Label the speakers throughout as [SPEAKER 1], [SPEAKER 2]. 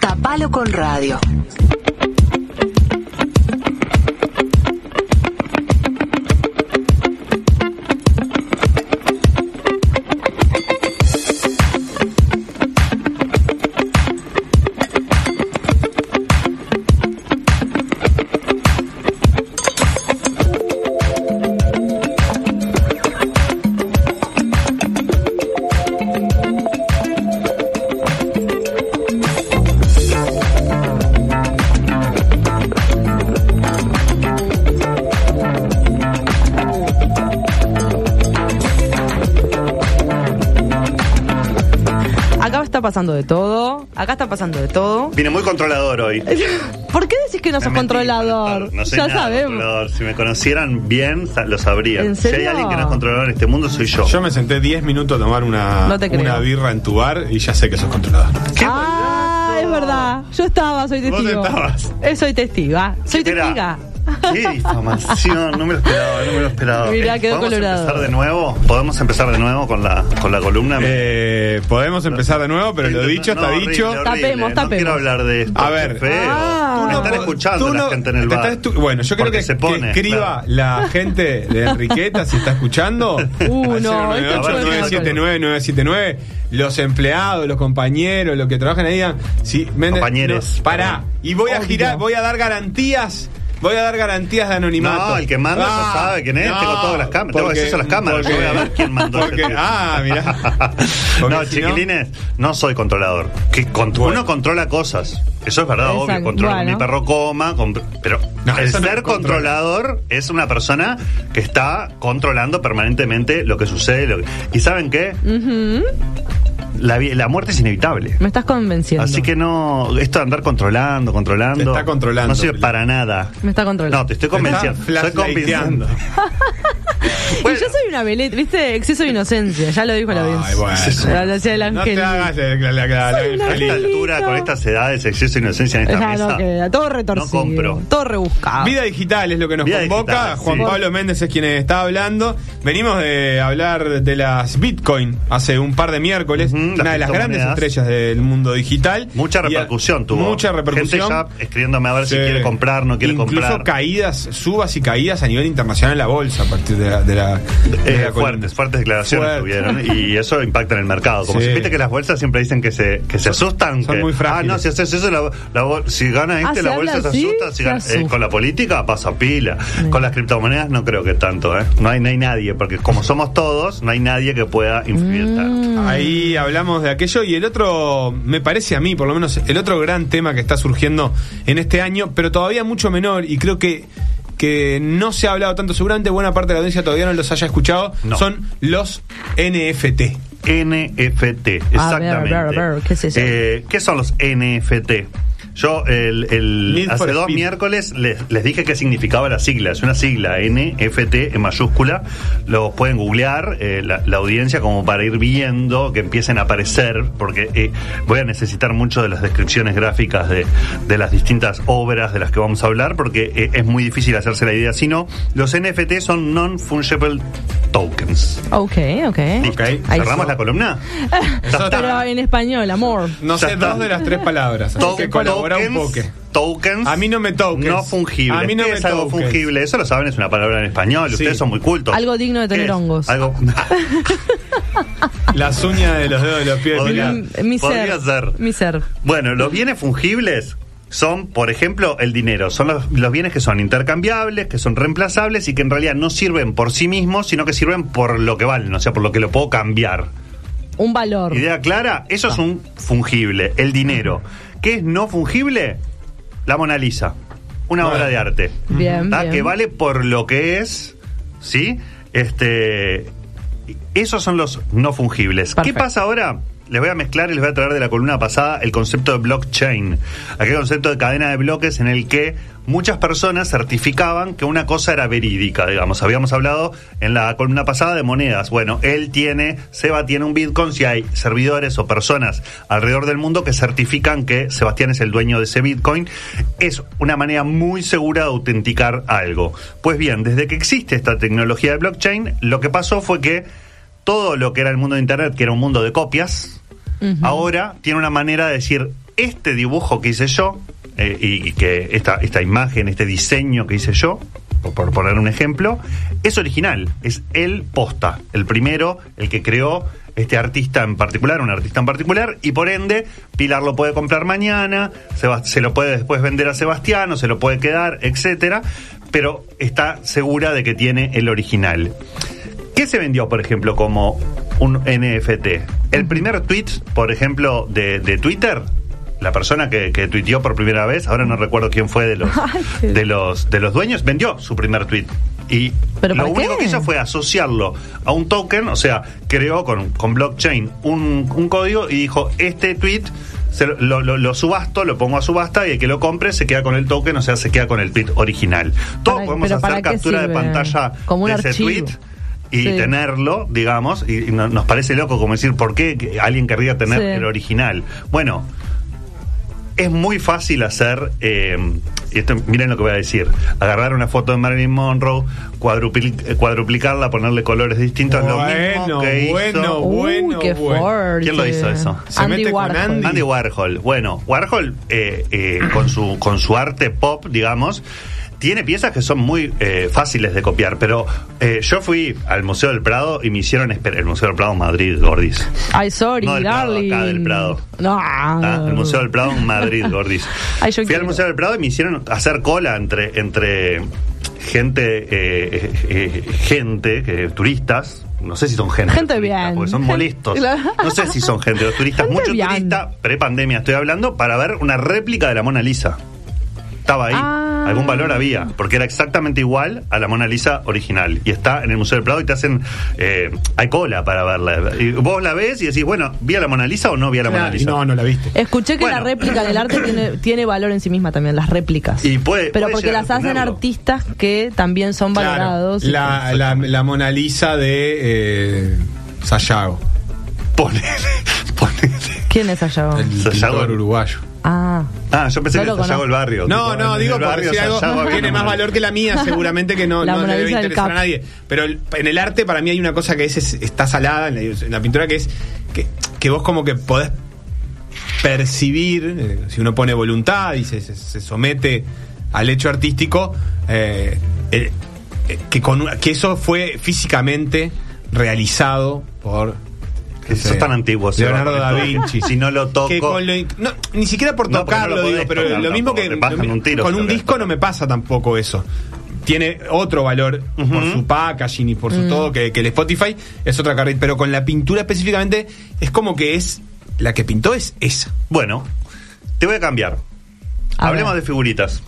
[SPEAKER 1] Tapalo con radio.
[SPEAKER 2] Acá está pasando de todo. Acá está pasando de todo.
[SPEAKER 3] Vine muy controlador hoy.
[SPEAKER 2] ¿Por qué decís que no
[SPEAKER 3] Es
[SPEAKER 2] sos
[SPEAKER 3] mentira,
[SPEAKER 2] controlador?
[SPEAKER 3] No soy
[SPEAKER 2] ya
[SPEAKER 3] nada
[SPEAKER 2] sabemos.
[SPEAKER 3] controlador. Si me conocieran bien, sa- lo sabrían.
[SPEAKER 2] ¿En
[SPEAKER 3] Si hay
[SPEAKER 2] serio?
[SPEAKER 3] alguien que no es controlador en este mundo, soy yo.
[SPEAKER 4] Yo me senté 10 minutos a tomar una,
[SPEAKER 2] No te creo.
[SPEAKER 4] una birra en tu bar y ya sé que sos controlador.
[SPEAKER 2] Ah, es verdad. Yo estaba, soy
[SPEAKER 4] Vos
[SPEAKER 2] testigo.
[SPEAKER 4] estabas.
[SPEAKER 2] Eh, soy testiga. Soy
[SPEAKER 3] Espera.
[SPEAKER 2] testiga.
[SPEAKER 3] Qué difamación, no me lo esperaba, no me lo esperaba.
[SPEAKER 2] Mirá, quedó
[SPEAKER 3] ¿Podemos
[SPEAKER 2] colorado.
[SPEAKER 3] empezar de nuevo? ¿Podemos empezar de nuevo con la, con la columna?
[SPEAKER 4] Eh, podemos empezar de nuevo, pero lo
[SPEAKER 3] No,
[SPEAKER 4] dicho
[SPEAKER 3] no,
[SPEAKER 4] está
[SPEAKER 3] horrible,
[SPEAKER 4] dicho.
[SPEAKER 3] horrible.
[SPEAKER 2] Tapemos,
[SPEAKER 3] No
[SPEAKER 2] tapemos.
[SPEAKER 3] quiero hablar de esto.
[SPEAKER 4] A ver.
[SPEAKER 3] qué feo.
[SPEAKER 2] Ah.
[SPEAKER 3] Tú
[SPEAKER 2] Me
[SPEAKER 3] no
[SPEAKER 4] po-
[SPEAKER 3] están escuchando
[SPEAKER 4] tú
[SPEAKER 3] la
[SPEAKER 4] no-
[SPEAKER 3] gente en el
[SPEAKER 4] te
[SPEAKER 3] bar.
[SPEAKER 4] estás tu- bueno, yo creo
[SPEAKER 3] Porque
[SPEAKER 4] que,
[SPEAKER 3] se pone,
[SPEAKER 4] que escriba
[SPEAKER 3] claro.
[SPEAKER 4] la gente de Enriqueta si está escuchando.
[SPEAKER 2] Uh,
[SPEAKER 4] al
[SPEAKER 2] no,
[SPEAKER 4] 098 979 979 Los empleados, los compañeros, los que trabajan ahí digan, sí, Méndez,
[SPEAKER 3] Compañeres.
[SPEAKER 4] no, pará. Y voy a
[SPEAKER 2] Obvio.
[SPEAKER 4] girar, voy a dar garantías. Voy a dar garantías de anonimato.
[SPEAKER 3] No, el que manda
[SPEAKER 4] Ah.
[SPEAKER 3] ya sabe quién es, tengo todas las cámaras, tengo acceso a las cámaras, yo voy a ver quién este mandó ese
[SPEAKER 4] porque-
[SPEAKER 3] tweet.
[SPEAKER 4] ah, mirá. Porque
[SPEAKER 3] no,
[SPEAKER 4] si no-
[SPEAKER 3] chiquilines, no, soy controlador. Que con-
[SPEAKER 4] Bueno.
[SPEAKER 3] Uno controla cosas. Eso es verdad,
[SPEAKER 2] Exacto.
[SPEAKER 3] obvio. Controlo que
[SPEAKER 2] Bueno.
[SPEAKER 3] mi perro coma. comp- Pero
[SPEAKER 4] No,
[SPEAKER 3] el
[SPEAKER 4] eso no es
[SPEAKER 3] ser
[SPEAKER 4] controlar.
[SPEAKER 3] controlador es una persona que está controlando permanentemente lo que sucede. lo que- ¿Y saben qué? la, vi- la muerte es inevitable.
[SPEAKER 2] Me estás convenciendo.
[SPEAKER 3] Así que no, esto de andar controlando, controlando.
[SPEAKER 4] Te está controlando,
[SPEAKER 3] No sirve
[SPEAKER 4] Pili.
[SPEAKER 3] para nada.
[SPEAKER 2] Me está controlando.
[SPEAKER 3] No, te estoy
[SPEAKER 4] Te está
[SPEAKER 3] convenciendo. Estoy
[SPEAKER 4] flashlighteando.
[SPEAKER 3] convenciendo.
[SPEAKER 2] Y yo soy una veleta, ¿viste? Exceso de inocencia. Ya lo dijo la audiencia.
[SPEAKER 4] Ay, bueno.
[SPEAKER 2] Ya lo decía el
[SPEAKER 4] No te
[SPEAKER 2] ángel.
[SPEAKER 4] hagas la, la, la- la-
[SPEAKER 2] Soy una
[SPEAKER 3] A esta
[SPEAKER 4] feliz.
[SPEAKER 2] Angelito.
[SPEAKER 3] altura, con estas edades, exceso de inocencia en esta
[SPEAKER 2] Ya
[SPEAKER 3] mesa.
[SPEAKER 2] no queda. Todo retorcido.
[SPEAKER 3] No compro.
[SPEAKER 2] Todo rebuscado.
[SPEAKER 4] Vida digital es lo que nos
[SPEAKER 3] Ah. Vida
[SPEAKER 4] convoca.
[SPEAKER 3] digital,
[SPEAKER 4] Juan
[SPEAKER 3] sí.
[SPEAKER 4] Pablo Méndez es quien está hablando. Venimos de hablar de las Bitcoin hace un par de miércoles.
[SPEAKER 3] Ujú, las
[SPEAKER 4] una de las grandes
[SPEAKER 3] criptomonedas.
[SPEAKER 4] estrellas del mundo digital.
[SPEAKER 3] Mucha
[SPEAKER 4] Y a-
[SPEAKER 3] repercusión tuvo.
[SPEAKER 4] Mucha repercusión.
[SPEAKER 3] Gente ya escribiéndome a ver si
[SPEAKER 4] Sí.
[SPEAKER 3] quiere comprar, no quiere
[SPEAKER 4] Incluso
[SPEAKER 3] comprar.
[SPEAKER 4] caídas, subas y caídas a nivel internacional en la bolsa a partir de la. De la-
[SPEAKER 3] Eh,
[SPEAKER 4] de la columna.
[SPEAKER 3] fuertes, fuertes declaraciones
[SPEAKER 4] Fuerte.
[SPEAKER 3] tuvieron y eso impacta en el mercado. Como
[SPEAKER 4] Sí.
[SPEAKER 3] si viste que las bolsas siempre dicen que se, que se asustan.
[SPEAKER 4] son
[SPEAKER 3] que,
[SPEAKER 4] muy frágiles.
[SPEAKER 3] Ah, no, si haces eso, la, la bol- si gana este,
[SPEAKER 2] Ah, ¿se
[SPEAKER 3] la
[SPEAKER 2] habla
[SPEAKER 3] bolsa se
[SPEAKER 2] así?
[SPEAKER 3] asusta. Si
[SPEAKER 2] Se
[SPEAKER 3] gana- eh,
[SPEAKER 2] asusta.
[SPEAKER 3] con la política pasa pila.
[SPEAKER 2] Mm.
[SPEAKER 3] Con las criptomonedas no creo que tanto. ¿eh? No, hay, no hay nadie, porque como somos todos, no hay nadie que pueda influir
[SPEAKER 2] Mm.
[SPEAKER 3] tanto. Mm.
[SPEAKER 4] Ahí hablamos de aquello y el otro, me parece a mí por lo menos, el otro gran tema que está surgiendo en este año, pero todavía mucho menor y creo que, que no se ha hablado tanto, seguramente buena parte de la audiencia todavía no los haya escuchado,
[SPEAKER 3] No.
[SPEAKER 4] son los NFT.
[SPEAKER 3] NFT,
[SPEAKER 2] A ver, a ver,
[SPEAKER 3] exactamente.
[SPEAKER 2] a ver, ¿qué es eso?
[SPEAKER 3] Eh, ¿qué son los NFT? Yo el, el-
[SPEAKER 4] Need
[SPEAKER 3] hace
[SPEAKER 4] for
[SPEAKER 3] dos
[SPEAKER 4] Speed.
[SPEAKER 3] miércoles les, les dije qué significaba la sigla. Es una sigla NFT en mayúscula. Lo pueden googlear eh, la, la audiencia como para ir viendo que empiecen a aparecer, porque eh, voy a necesitar mucho de las descripciones gráficas de, de las distintas obras de las que vamos a hablar, porque eh, es muy difícil hacerse la idea. Si no, los NFT son non-fungible tokens.
[SPEAKER 2] Ok, ok.
[SPEAKER 3] Listo.
[SPEAKER 4] Ok,
[SPEAKER 2] Ahí
[SPEAKER 3] ¿Cerramos
[SPEAKER 2] está.
[SPEAKER 3] la columna?
[SPEAKER 4] Eso está-
[SPEAKER 2] Pero en español, amor.
[SPEAKER 4] no
[SPEAKER 3] Ya
[SPEAKER 4] sé
[SPEAKER 3] está.
[SPEAKER 4] dos de las tres palabras, así
[SPEAKER 3] To-
[SPEAKER 4] que colabora un poco.
[SPEAKER 3] tokens, tokens.
[SPEAKER 4] A mí no me tokens.
[SPEAKER 3] No fungible.
[SPEAKER 4] A mí no
[SPEAKER 3] ¿Qué
[SPEAKER 4] me
[SPEAKER 3] es algo
[SPEAKER 4] tokens.
[SPEAKER 3] fungible? Eso lo saben, es una palabra en español.
[SPEAKER 4] Sí.
[SPEAKER 3] Ustedes son muy cultos.
[SPEAKER 2] Algo digno de
[SPEAKER 3] ¿Qué
[SPEAKER 2] tener
[SPEAKER 3] es?
[SPEAKER 2] hongos.
[SPEAKER 3] Algo.
[SPEAKER 4] Las uñas de los dedos de los pies. de
[SPEAKER 3] Podría-
[SPEAKER 4] Pilar.
[SPEAKER 2] Mm, Mi
[SPEAKER 3] Podría
[SPEAKER 2] ser.
[SPEAKER 3] ser.
[SPEAKER 2] Mi ser.
[SPEAKER 3] Bueno, los bienes fungibles son, por ejemplo, el dinero. Son los, los bienes que son intercambiables, que son reemplazables y que en realidad no sirven por sí mismos, sino que sirven por lo que valen, o sea, por lo que lo puedo cambiar.
[SPEAKER 2] Un valor.
[SPEAKER 3] Idea clara, eso es un fungible, el dinero. ¿Qué es no fungible? La Mona Lisa, una
[SPEAKER 4] Bueno.
[SPEAKER 3] obra de arte.
[SPEAKER 2] Bien,
[SPEAKER 3] ¿Ah?
[SPEAKER 2] bien.
[SPEAKER 3] Que vale por lo que es, ¿sí? Este, esos son los no fungibles.
[SPEAKER 2] Perfecto.
[SPEAKER 3] ¿Qué pasa ahora? Les voy a mezclar y les voy a traer de la columna pasada el concepto de blockchain. Aquel concepto de cadena de bloques en el que muchas personas certificaban que una cosa era verídica, digamos. Habíamos hablado en la columna pasada de monedas. Bueno, él tiene, Seba tiene un Bitcoin, si hay servidores o personas alrededor del mundo que certifican que Sebastián es el dueño de ese Bitcoin, es una manera muy segura de autenticar algo. Pues bien, desde que existe esta tecnología de blockchain, lo que pasó fue que todo lo que era el mundo de Internet, que era un mundo de copias, ahora tiene una manera de decir, este dibujo que hice yo, eh, y, y que esta, esta imagen, este diseño que hice yo, por, por poner un ejemplo, es original, es el posta, el primero, el que creó este artista en particular, un artista en particular, y por ende, Pilar lo puede comprar mañana, se, va- se lo puede después vender a Sebastiano, se lo puede quedar, etcétera, pero está segura de que tiene el original. ¿Qué se vendió, por ejemplo, como un NFT? El primer tweet, por ejemplo, de, de Twitter, la persona que, que tuiteó por primera vez, ahora no recuerdo quién fue de los,
[SPEAKER 2] Ay, qué-
[SPEAKER 3] de los, de los dueños, vendió su primer tweet. Y
[SPEAKER 2] ¿Pero
[SPEAKER 3] lo
[SPEAKER 2] por qué?
[SPEAKER 3] único que hizo fue asociarlo a un token, o sea, creó con, con blockchain un, un código y dijo, este tweet se lo, lo- lo- lo subasto, lo pongo a subasta y el que lo compre se queda con el token, o sea, se queda con el tweet original. Todos
[SPEAKER 2] Para-
[SPEAKER 3] podemos
[SPEAKER 2] pero ¿para
[SPEAKER 3] hacer
[SPEAKER 2] qué
[SPEAKER 3] captura de
[SPEAKER 2] sirve?
[SPEAKER 3] pantalla
[SPEAKER 2] Como un
[SPEAKER 3] de ese
[SPEAKER 2] archivo.
[SPEAKER 3] tweet y
[SPEAKER 2] Sí.
[SPEAKER 3] tenerlo, digamos, y, y no- nos parece loco como decir, ¿por qué que alguien querría tener
[SPEAKER 2] Sí.
[SPEAKER 3] el original? Bueno, es muy fácil hacer, eh, y esto, miren lo que voy a decir, agarrar una foto de Marilyn Monroe, cuadrupli- eh, cuadruplicarla, ponerle colores distintos, lo mismo
[SPEAKER 4] Bueno,
[SPEAKER 3] que hizo
[SPEAKER 4] bueno,
[SPEAKER 2] Uy,
[SPEAKER 4] bueno,
[SPEAKER 2] qué
[SPEAKER 4] bueno.
[SPEAKER 2] fuerte.
[SPEAKER 3] ¿Quién lo hizo eso?
[SPEAKER 4] Se mete con Andy.
[SPEAKER 3] Andy Warhol. Bueno, Warhol eh, eh, con su con su arte pop, digamos, tiene piezas que son muy eh, fáciles de copiar. Pero eh, yo fui al Museo del Prado y me hicieron esperar. El Museo del Prado en Madrid, Gordis.
[SPEAKER 2] Ay, sorry,
[SPEAKER 3] No, del Prado,
[SPEAKER 2] darling.
[SPEAKER 3] acá del Prado.
[SPEAKER 2] No.
[SPEAKER 3] Ah, el Museo del Prado en Madrid, Gordis.
[SPEAKER 2] Ay, yo
[SPEAKER 3] Fui al
[SPEAKER 2] quiero.
[SPEAKER 3] Museo del Prado y me hicieron hacer cola entre, entre eh, gente, eh, eh, gente, que- turistas. No sé si son gente.
[SPEAKER 2] Gente
[SPEAKER 3] los turistas,
[SPEAKER 2] bien.
[SPEAKER 3] Porque son molestos.
[SPEAKER 2] Claro.
[SPEAKER 3] No sé si son gente. Los turistas,
[SPEAKER 2] Gente
[SPEAKER 3] mucho
[SPEAKER 2] bien.
[SPEAKER 3] turista, prepandemia estoy hablando, para ver una réplica de la Mona Lisa. Estaba ahí.
[SPEAKER 2] Ah.
[SPEAKER 3] Algún valor había. Porque era exactamente igual a la Mona Lisa original. Y está en el Museo del Prado y te hacen. eh, hay cola para verla. Y vos la ves y decís, bueno, ¿vi a la Mona Lisa o no vi a la Mona
[SPEAKER 4] Claro, y
[SPEAKER 3] Lisa?
[SPEAKER 4] no, no la viste.
[SPEAKER 2] Escuché que
[SPEAKER 3] Bueno.
[SPEAKER 2] la réplica del arte tiene, tiene valor en sí misma también, las réplicas.
[SPEAKER 3] Y puede-
[SPEAKER 2] Pero
[SPEAKER 3] puede
[SPEAKER 2] porque
[SPEAKER 3] llegar
[SPEAKER 2] las
[SPEAKER 3] a
[SPEAKER 2] hacen
[SPEAKER 3] tenerlo.
[SPEAKER 2] artistas que también son
[SPEAKER 4] Claro,
[SPEAKER 2] valorados. y
[SPEAKER 4] la, la, la Mona Lisa de eh, Sayago,
[SPEAKER 3] Ponele, ponele.
[SPEAKER 2] que- ¿Quién es allá?
[SPEAKER 4] el
[SPEAKER 3] Sayago.
[SPEAKER 4] pintor uruguayo.
[SPEAKER 2] Ah.
[SPEAKER 3] Ah, yo pensé
[SPEAKER 2] No
[SPEAKER 3] que
[SPEAKER 2] lo
[SPEAKER 3] era Sayago el
[SPEAKER 2] conozco.
[SPEAKER 3] barrio.
[SPEAKER 4] No,
[SPEAKER 3] Tipo, en
[SPEAKER 4] no,
[SPEAKER 3] el
[SPEAKER 4] digo por
[SPEAKER 3] barrio
[SPEAKER 4] decir algo
[SPEAKER 3] Sayago había
[SPEAKER 4] tiene
[SPEAKER 3] una
[SPEAKER 4] más
[SPEAKER 3] Mona
[SPEAKER 4] valor que la mía, seguramente que no,
[SPEAKER 2] La
[SPEAKER 4] no
[SPEAKER 2] Mona
[SPEAKER 4] le debe
[SPEAKER 2] Lisa del
[SPEAKER 4] interesar a
[SPEAKER 2] Capo.
[SPEAKER 4] nadie. Pero el- en el arte para mí hay una cosa que es, es- está salada en la, en la pintura que es que, que vos como que podés percibir, eh, si uno pone voluntad y se, se- se somete al hecho artístico, eh, eh, eh, que, con, una- que eso fue físicamente realizado por...
[SPEAKER 3] Lisa. Que sos
[SPEAKER 4] Sí.
[SPEAKER 3] tan antiguo.
[SPEAKER 4] Leonardo
[SPEAKER 3] Seba,
[SPEAKER 4] da
[SPEAKER 3] que
[SPEAKER 4] Vinci.
[SPEAKER 3] Si no lo toco.
[SPEAKER 4] Que con lo- no, ni siquiera por
[SPEAKER 3] No, porque no
[SPEAKER 4] tocarlo,
[SPEAKER 3] lo podés
[SPEAKER 4] digo, pero
[SPEAKER 3] tocar
[SPEAKER 4] lo mismo
[SPEAKER 3] tampoco,
[SPEAKER 4] que
[SPEAKER 3] te bajan un tiro
[SPEAKER 4] con
[SPEAKER 3] si
[SPEAKER 4] un
[SPEAKER 3] lo querés
[SPEAKER 4] disco no me pasa tampoco eso. Tiene otro valor por su packaging y por su todo que, que el Spotify es otra carrera, pero con la pintura específicamente es como que es la que pintó es esa.
[SPEAKER 3] Bueno, te voy a cambiar.
[SPEAKER 2] A
[SPEAKER 3] Hablemos
[SPEAKER 2] ver.
[SPEAKER 3] de figuritas.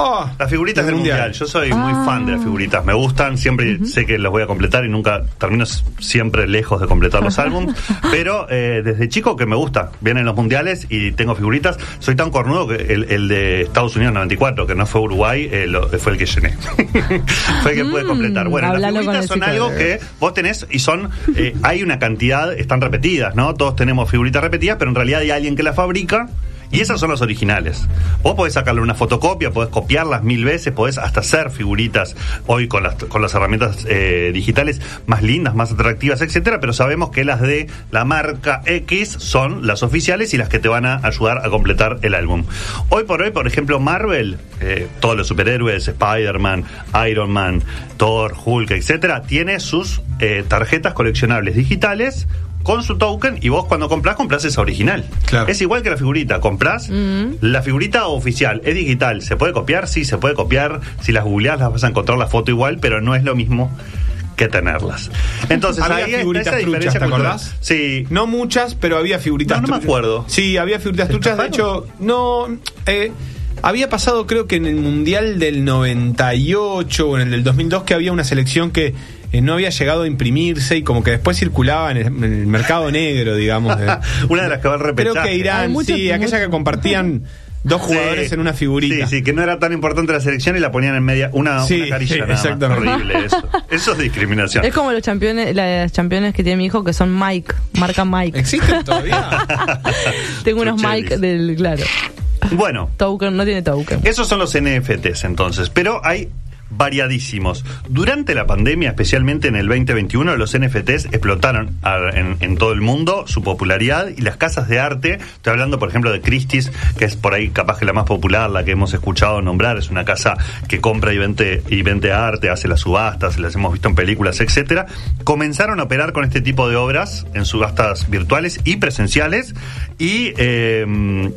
[SPEAKER 4] Oh,
[SPEAKER 3] Las figuritas
[SPEAKER 4] el
[SPEAKER 3] del mundial. Yo soy muy
[SPEAKER 2] Ah.
[SPEAKER 3] fan de las figuritas. Me gustan. Siempre sé que las voy a completar y nunca termino s- siempre lejos de completar los álbumes. Pero eh, desde chico que me gusta. Vienen los mundiales y tengo figuritas. Soy tan cornudo que el, el de Estados Unidos 94, que no fue Uruguay, eh, lo- fue el que llené. fue el que pude completar. Bueno, las
[SPEAKER 2] Mm, hablalo con
[SPEAKER 3] figuritas
[SPEAKER 2] el
[SPEAKER 3] son algo
[SPEAKER 2] psicólogo.
[SPEAKER 3] que que vos tenés y son eh, hay una cantidad están repetidas no todos tenemos figuritas repetidas pero en realidad hay alguien que las fabrica y esas son las originales. Vos podés sacarle una fotocopia, podés copiarlas mil veces, podés hasta hacer figuritas hoy con las, con las herramientas eh, digitales más lindas, más atractivas, etcétera, pero sabemos que las de la marca X son las oficiales y las que te van a ayudar a completar el álbum. Hoy por hoy, por ejemplo, Marvel, eh, todos los superhéroes, Spider-Man, Iron Man, Thor, Hulk, etcétera, tiene sus eh, tarjetas coleccionables digitales con su token y vos cuando compras, compras esa original.
[SPEAKER 4] Claro.
[SPEAKER 3] Es igual que la figurita, compras la figurita oficial, es digital, se puede copiar, sí, se puede copiar, si las googleás las vas a encontrar la foto igual, pero no es lo mismo que tenerlas. Entonces,
[SPEAKER 4] Había
[SPEAKER 3] ahí está
[SPEAKER 4] figuritas
[SPEAKER 3] esa diferencia
[SPEAKER 4] truchas, ¿te
[SPEAKER 3] cultural.
[SPEAKER 4] acordás?
[SPEAKER 3] Sí.
[SPEAKER 4] No muchas, pero había
[SPEAKER 3] No,
[SPEAKER 4] figuritas
[SPEAKER 3] no me
[SPEAKER 4] truchas.
[SPEAKER 3] acuerdo.
[SPEAKER 4] Sí, había figuritas
[SPEAKER 3] ¿Se
[SPEAKER 4] truchas. De
[SPEAKER 3] escaparon?
[SPEAKER 4] hecho, no. eh, había pasado, creo que en el Mundial del 98 o en el del 2002, que había una selección que eh, no había llegado a imprimirse y como que después circulaba en el, en el mercado negro, digamos. de-
[SPEAKER 3] Una de las que va al
[SPEAKER 4] creo
[SPEAKER 3] repechaje.
[SPEAKER 4] que Irán,
[SPEAKER 2] Hay mucho-
[SPEAKER 4] sí, aquella
[SPEAKER 2] mucho.
[SPEAKER 4] que compartían dos jugadores
[SPEAKER 3] Sí.
[SPEAKER 4] en una figurita.
[SPEAKER 3] Sí, sí, que no era tan importante la selección y la ponían en media, una,
[SPEAKER 4] Sí,
[SPEAKER 3] una carilla.
[SPEAKER 4] sí,
[SPEAKER 3] nada más.
[SPEAKER 4] exactamente.
[SPEAKER 3] Horrible eso. Eso es discriminación.
[SPEAKER 2] Es como los campeones, las campeones que tiene mi hijo que son Mike, marca Mike.
[SPEAKER 4] ¿Existen todavía?
[SPEAKER 2] Tengo unos
[SPEAKER 3] Chuchelis.
[SPEAKER 2] Mike del, claro.
[SPEAKER 3] Bueno,
[SPEAKER 2] Token, no tiene token.
[SPEAKER 3] esos son los NFTs entonces, pero hay variadísimos. Durante la pandemia, especialmente en el 2021, los NFTs explotaron a- en, en todo el mundo su popularidad y las casas de arte, estoy hablando por ejemplo de Christie's, que es por ahí capaz que la más popular, la que hemos escuchado nombrar, es una casa que compra y vende, y vende arte, hace las subastas, las hemos visto en películas, etcétera, comenzaron a operar con este tipo de obras en subastas virtuales y presenciales y eh,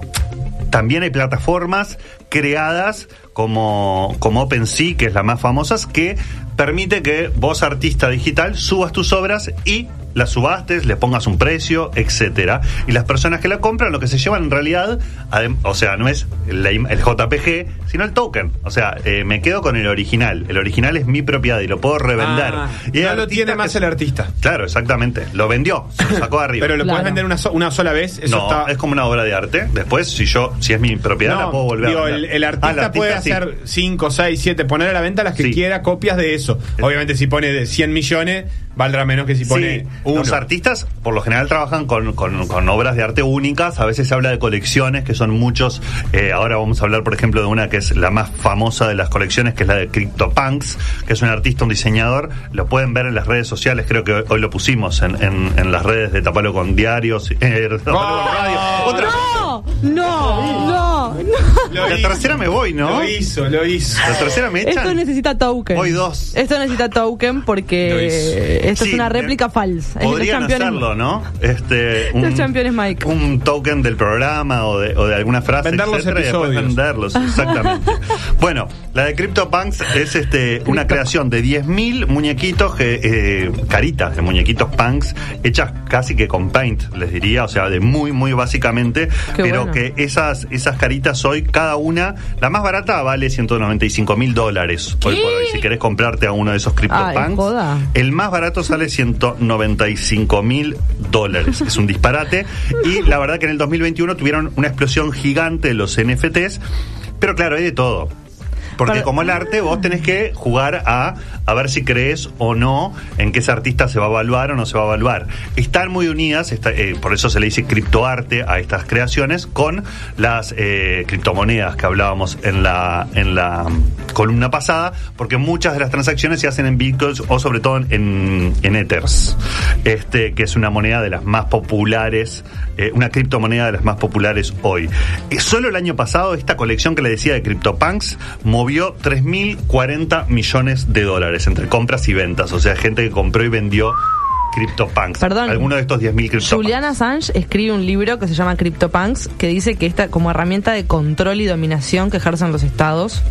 [SPEAKER 3] también hay plataformas creadas como, como OpenSea, que es la más famosa, que permite que vos, artista digital, subas tus obras y las subastes, le pongas un precio, etcétera. Y las personas que la compran, lo que se llevan en realidad, adem- o sea, no es la im- el JPG, sino el token. O sea, eh, me quedo con el original. El original es mi propiedad y lo puedo revender.
[SPEAKER 4] Ah,
[SPEAKER 3] y hay
[SPEAKER 4] no lo
[SPEAKER 3] artistas
[SPEAKER 4] tiene
[SPEAKER 3] que
[SPEAKER 4] más
[SPEAKER 3] se-
[SPEAKER 4] el artista.
[SPEAKER 3] Claro, exactamente. Lo vendió, se lo sacó arriba.
[SPEAKER 4] Pero lo
[SPEAKER 2] Claro.
[SPEAKER 4] puedes vender una, so- una sola vez. Eso
[SPEAKER 3] no,
[SPEAKER 4] está.
[SPEAKER 3] es como una obra de arte. Después, si yo, si es mi propiedad,
[SPEAKER 4] No,
[SPEAKER 3] la puedo volver
[SPEAKER 4] digo,
[SPEAKER 3] a
[SPEAKER 4] el,
[SPEAKER 3] vender.
[SPEAKER 4] el
[SPEAKER 3] Ah,
[SPEAKER 4] artista puede
[SPEAKER 3] sí.
[SPEAKER 4] hacer 5, 6, 7, poner a la venta las que
[SPEAKER 3] Sí.
[SPEAKER 4] quiera copias de eso. Obviamente, si pone de 100 millones, valdrá menos que si pone
[SPEAKER 3] Sí,
[SPEAKER 4] uno.
[SPEAKER 3] los artistas por lo general trabajan con, con- con obras de arte únicas, a veces se habla de colecciones que son muchos, Eh, ahora vamos a hablar por ejemplo de una que es la más famosa de las colecciones, que es la de CryptoPunks, que es un artista, un diseñador, lo pueden ver en las redes sociales, creo que hoy, hoy lo pusimos en, en- en las redes de Tapalo con Diarios, eh, Tapalo
[SPEAKER 4] Ah,
[SPEAKER 3] con Radio. Otra-
[SPEAKER 2] No, no, no, no.
[SPEAKER 4] Lo
[SPEAKER 3] la
[SPEAKER 4] hizo,
[SPEAKER 3] tercera me voy, ¿no?
[SPEAKER 4] Lo hizo, lo hizo.
[SPEAKER 3] La tercera me echan.
[SPEAKER 2] Esto necesita token.
[SPEAKER 3] Hoy dos.
[SPEAKER 2] Esto necesita token
[SPEAKER 4] Lo
[SPEAKER 2] porque
[SPEAKER 4] hizo.
[SPEAKER 2] esto
[SPEAKER 3] Sí,
[SPEAKER 2] es una
[SPEAKER 3] eh,
[SPEAKER 2] réplica falsa. Es de los
[SPEAKER 3] Podrían
[SPEAKER 2] campeones-
[SPEAKER 3] hacerlo, ¿no? Este,
[SPEAKER 2] Los campeones Mike.
[SPEAKER 3] Un token del programa o de, o de alguna frase.
[SPEAKER 4] Vender los
[SPEAKER 3] etcétera, y después
[SPEAKER 4] episodios.
[SPEAKER 3] venderlos, exactamente. bueno, la de CryptoPunks es este, una creación de 10.000 muñequitos, que, eh, caritas de muñequitos punks, hechas casi que con paint, les diría, o sea, de muy, muy básicamente,
[SPEAKER 2] Qué
[SPEAKER 3] pero
[SPEAKER 2] bueno.
[SPEAKER 3] que esas, esas caritas hoy, cada una, la más barata vale 195 mil dólares hoy por hoy. Si querés comprarte a uno de esos CryptoPunks,
[SPEAKER 2] joda.
[SPEAKER 3] el más barato sale 195 mil dólares. Es un disparate. Y la verdad que en el 2021 tuvieron una explosión gigante de los NFTs. Pero claro, hay de todo. Porque
[SPEAKER 2] Para-
[SPEAKER 3] como el arte, vos tenés que jugar a, a ver si crees o no en que ese artista se va a evaluar o no se va a evaluar. Están muy unidas, está- eh, por eso se le dice criptoarte a estas creaciones, con las eh, criptomonedas que hablábamos en la, en la mm, columna pasada, porque muchas de las transacciones se hacen en bitcoins o sobre todo en, en ethers, este, que es una moneda de las más populares, eh, una criptomoneda de las más populares hoy. Eh, Solo el año pasado esta colección que le decía de CryptoPunks movió 3.040 millones de dólares entre compras y ventas, o sea, gente que compró y vendió CryptoPunks.
[SPEAKER 2] Perdón.
[SPEAKER 3] Alguno de estos 10.000 CryptoPunks.
[SPEAKER 2] Juliana Assange escribe un libro que se llama CryptoPunks que dice que esta como herramienta de control y dominación que ejercen los estados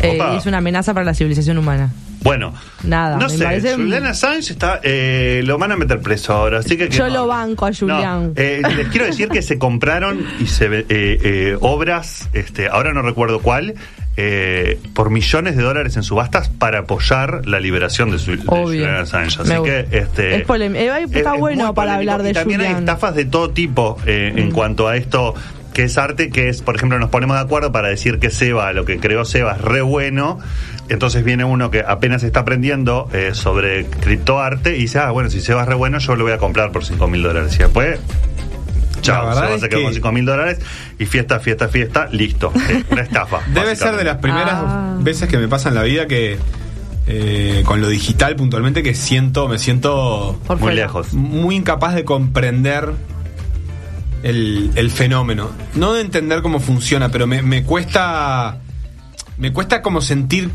[SPEAKER 2] eh,
[SPEAKER 3] Opa.
[SPEAKER 2] es una amenaza para la civilización humana.
[SPEAKER 3] Bueno,
[SPEAKER 2] Nada,
[SPEAKER 3] No
[SPEAKER 2] me
[SPEAKER 3] sé,
[SPEAKER 2] parece-
[SPEAKER 3] Juliana Assange está, eh, lo van a meter preso ahora, así que. que
[SPEAKER 2] Yo
[SPEAKER 3] no.
[SPEAKER 2] lo banco a Julián.
[SPEAKER 3] No, eh, les quiero decir que se compraron y se ve- eh, eh, obras, este, ahora no recuerdo cuál. eh, por millones de dólares en subastas para apoyar la liberación de, su, de
[SPEAKER 2] Obvio.
[SPEAKER 3] Julian Assange. Así
[SPEAKER 2] Me
[SPEAKER 3] que
[SPEAKER 2] gusta.
[SPEAKER 3] este,
[SPEAKER 2] Es polem- eh, está
[SPEAKER 3] muy
[SPEAKER 2] bueno para
[SPEAKER 3] polémico.
[SPEAKER 2] hablar de Mm.
[SPEAKER 3] Y También hay
[SPEAKER 2] Julian.
[SPEAKER 3] estafas de todo tipo eh, en cuanto a esto que es arte, que es, por ejemplo, nos ponemos de acuerdo para decir que Seba, lo que creó Seba es re bueno, entonces viene uno que apenas está aprendiendo eh, sobre criptoarte y dice, ah, bueno, si Seba es re bueno, yo lo voy a comprar por 5 mil dólares. Y después,
[SPEAKER 4] La
[SPEAKER 3] chao,
[SPEAKER 4] verdad
[SPEAKER 3] Seba
[SPEAKER 4] es
[SPEAKER 3] se quedó
[SPEAKER 4] que-
[SPEAKER 3] con 5 mil dólares y fiesta, fiesta, fiesta, listo. Eh, una estafa.
[SPEAKER 4] Debe ser de las primeras
[SPEAKER 2] Ah.
[SPEAKER 4] veces que me pasa en la vida que eh, con lo digital puntualmente que siento, me siento
[SPEAKER 2] Por
[SPEAKER 3] Muy
[SPEAKER 2] fuera.
[SPEAKER 3] lejos.
[SPEAKER 4] muy incapaz de comprender el, el fenómeno. No de entender cómo funciona, pero me, me cuesta. Me cuesta como sentir.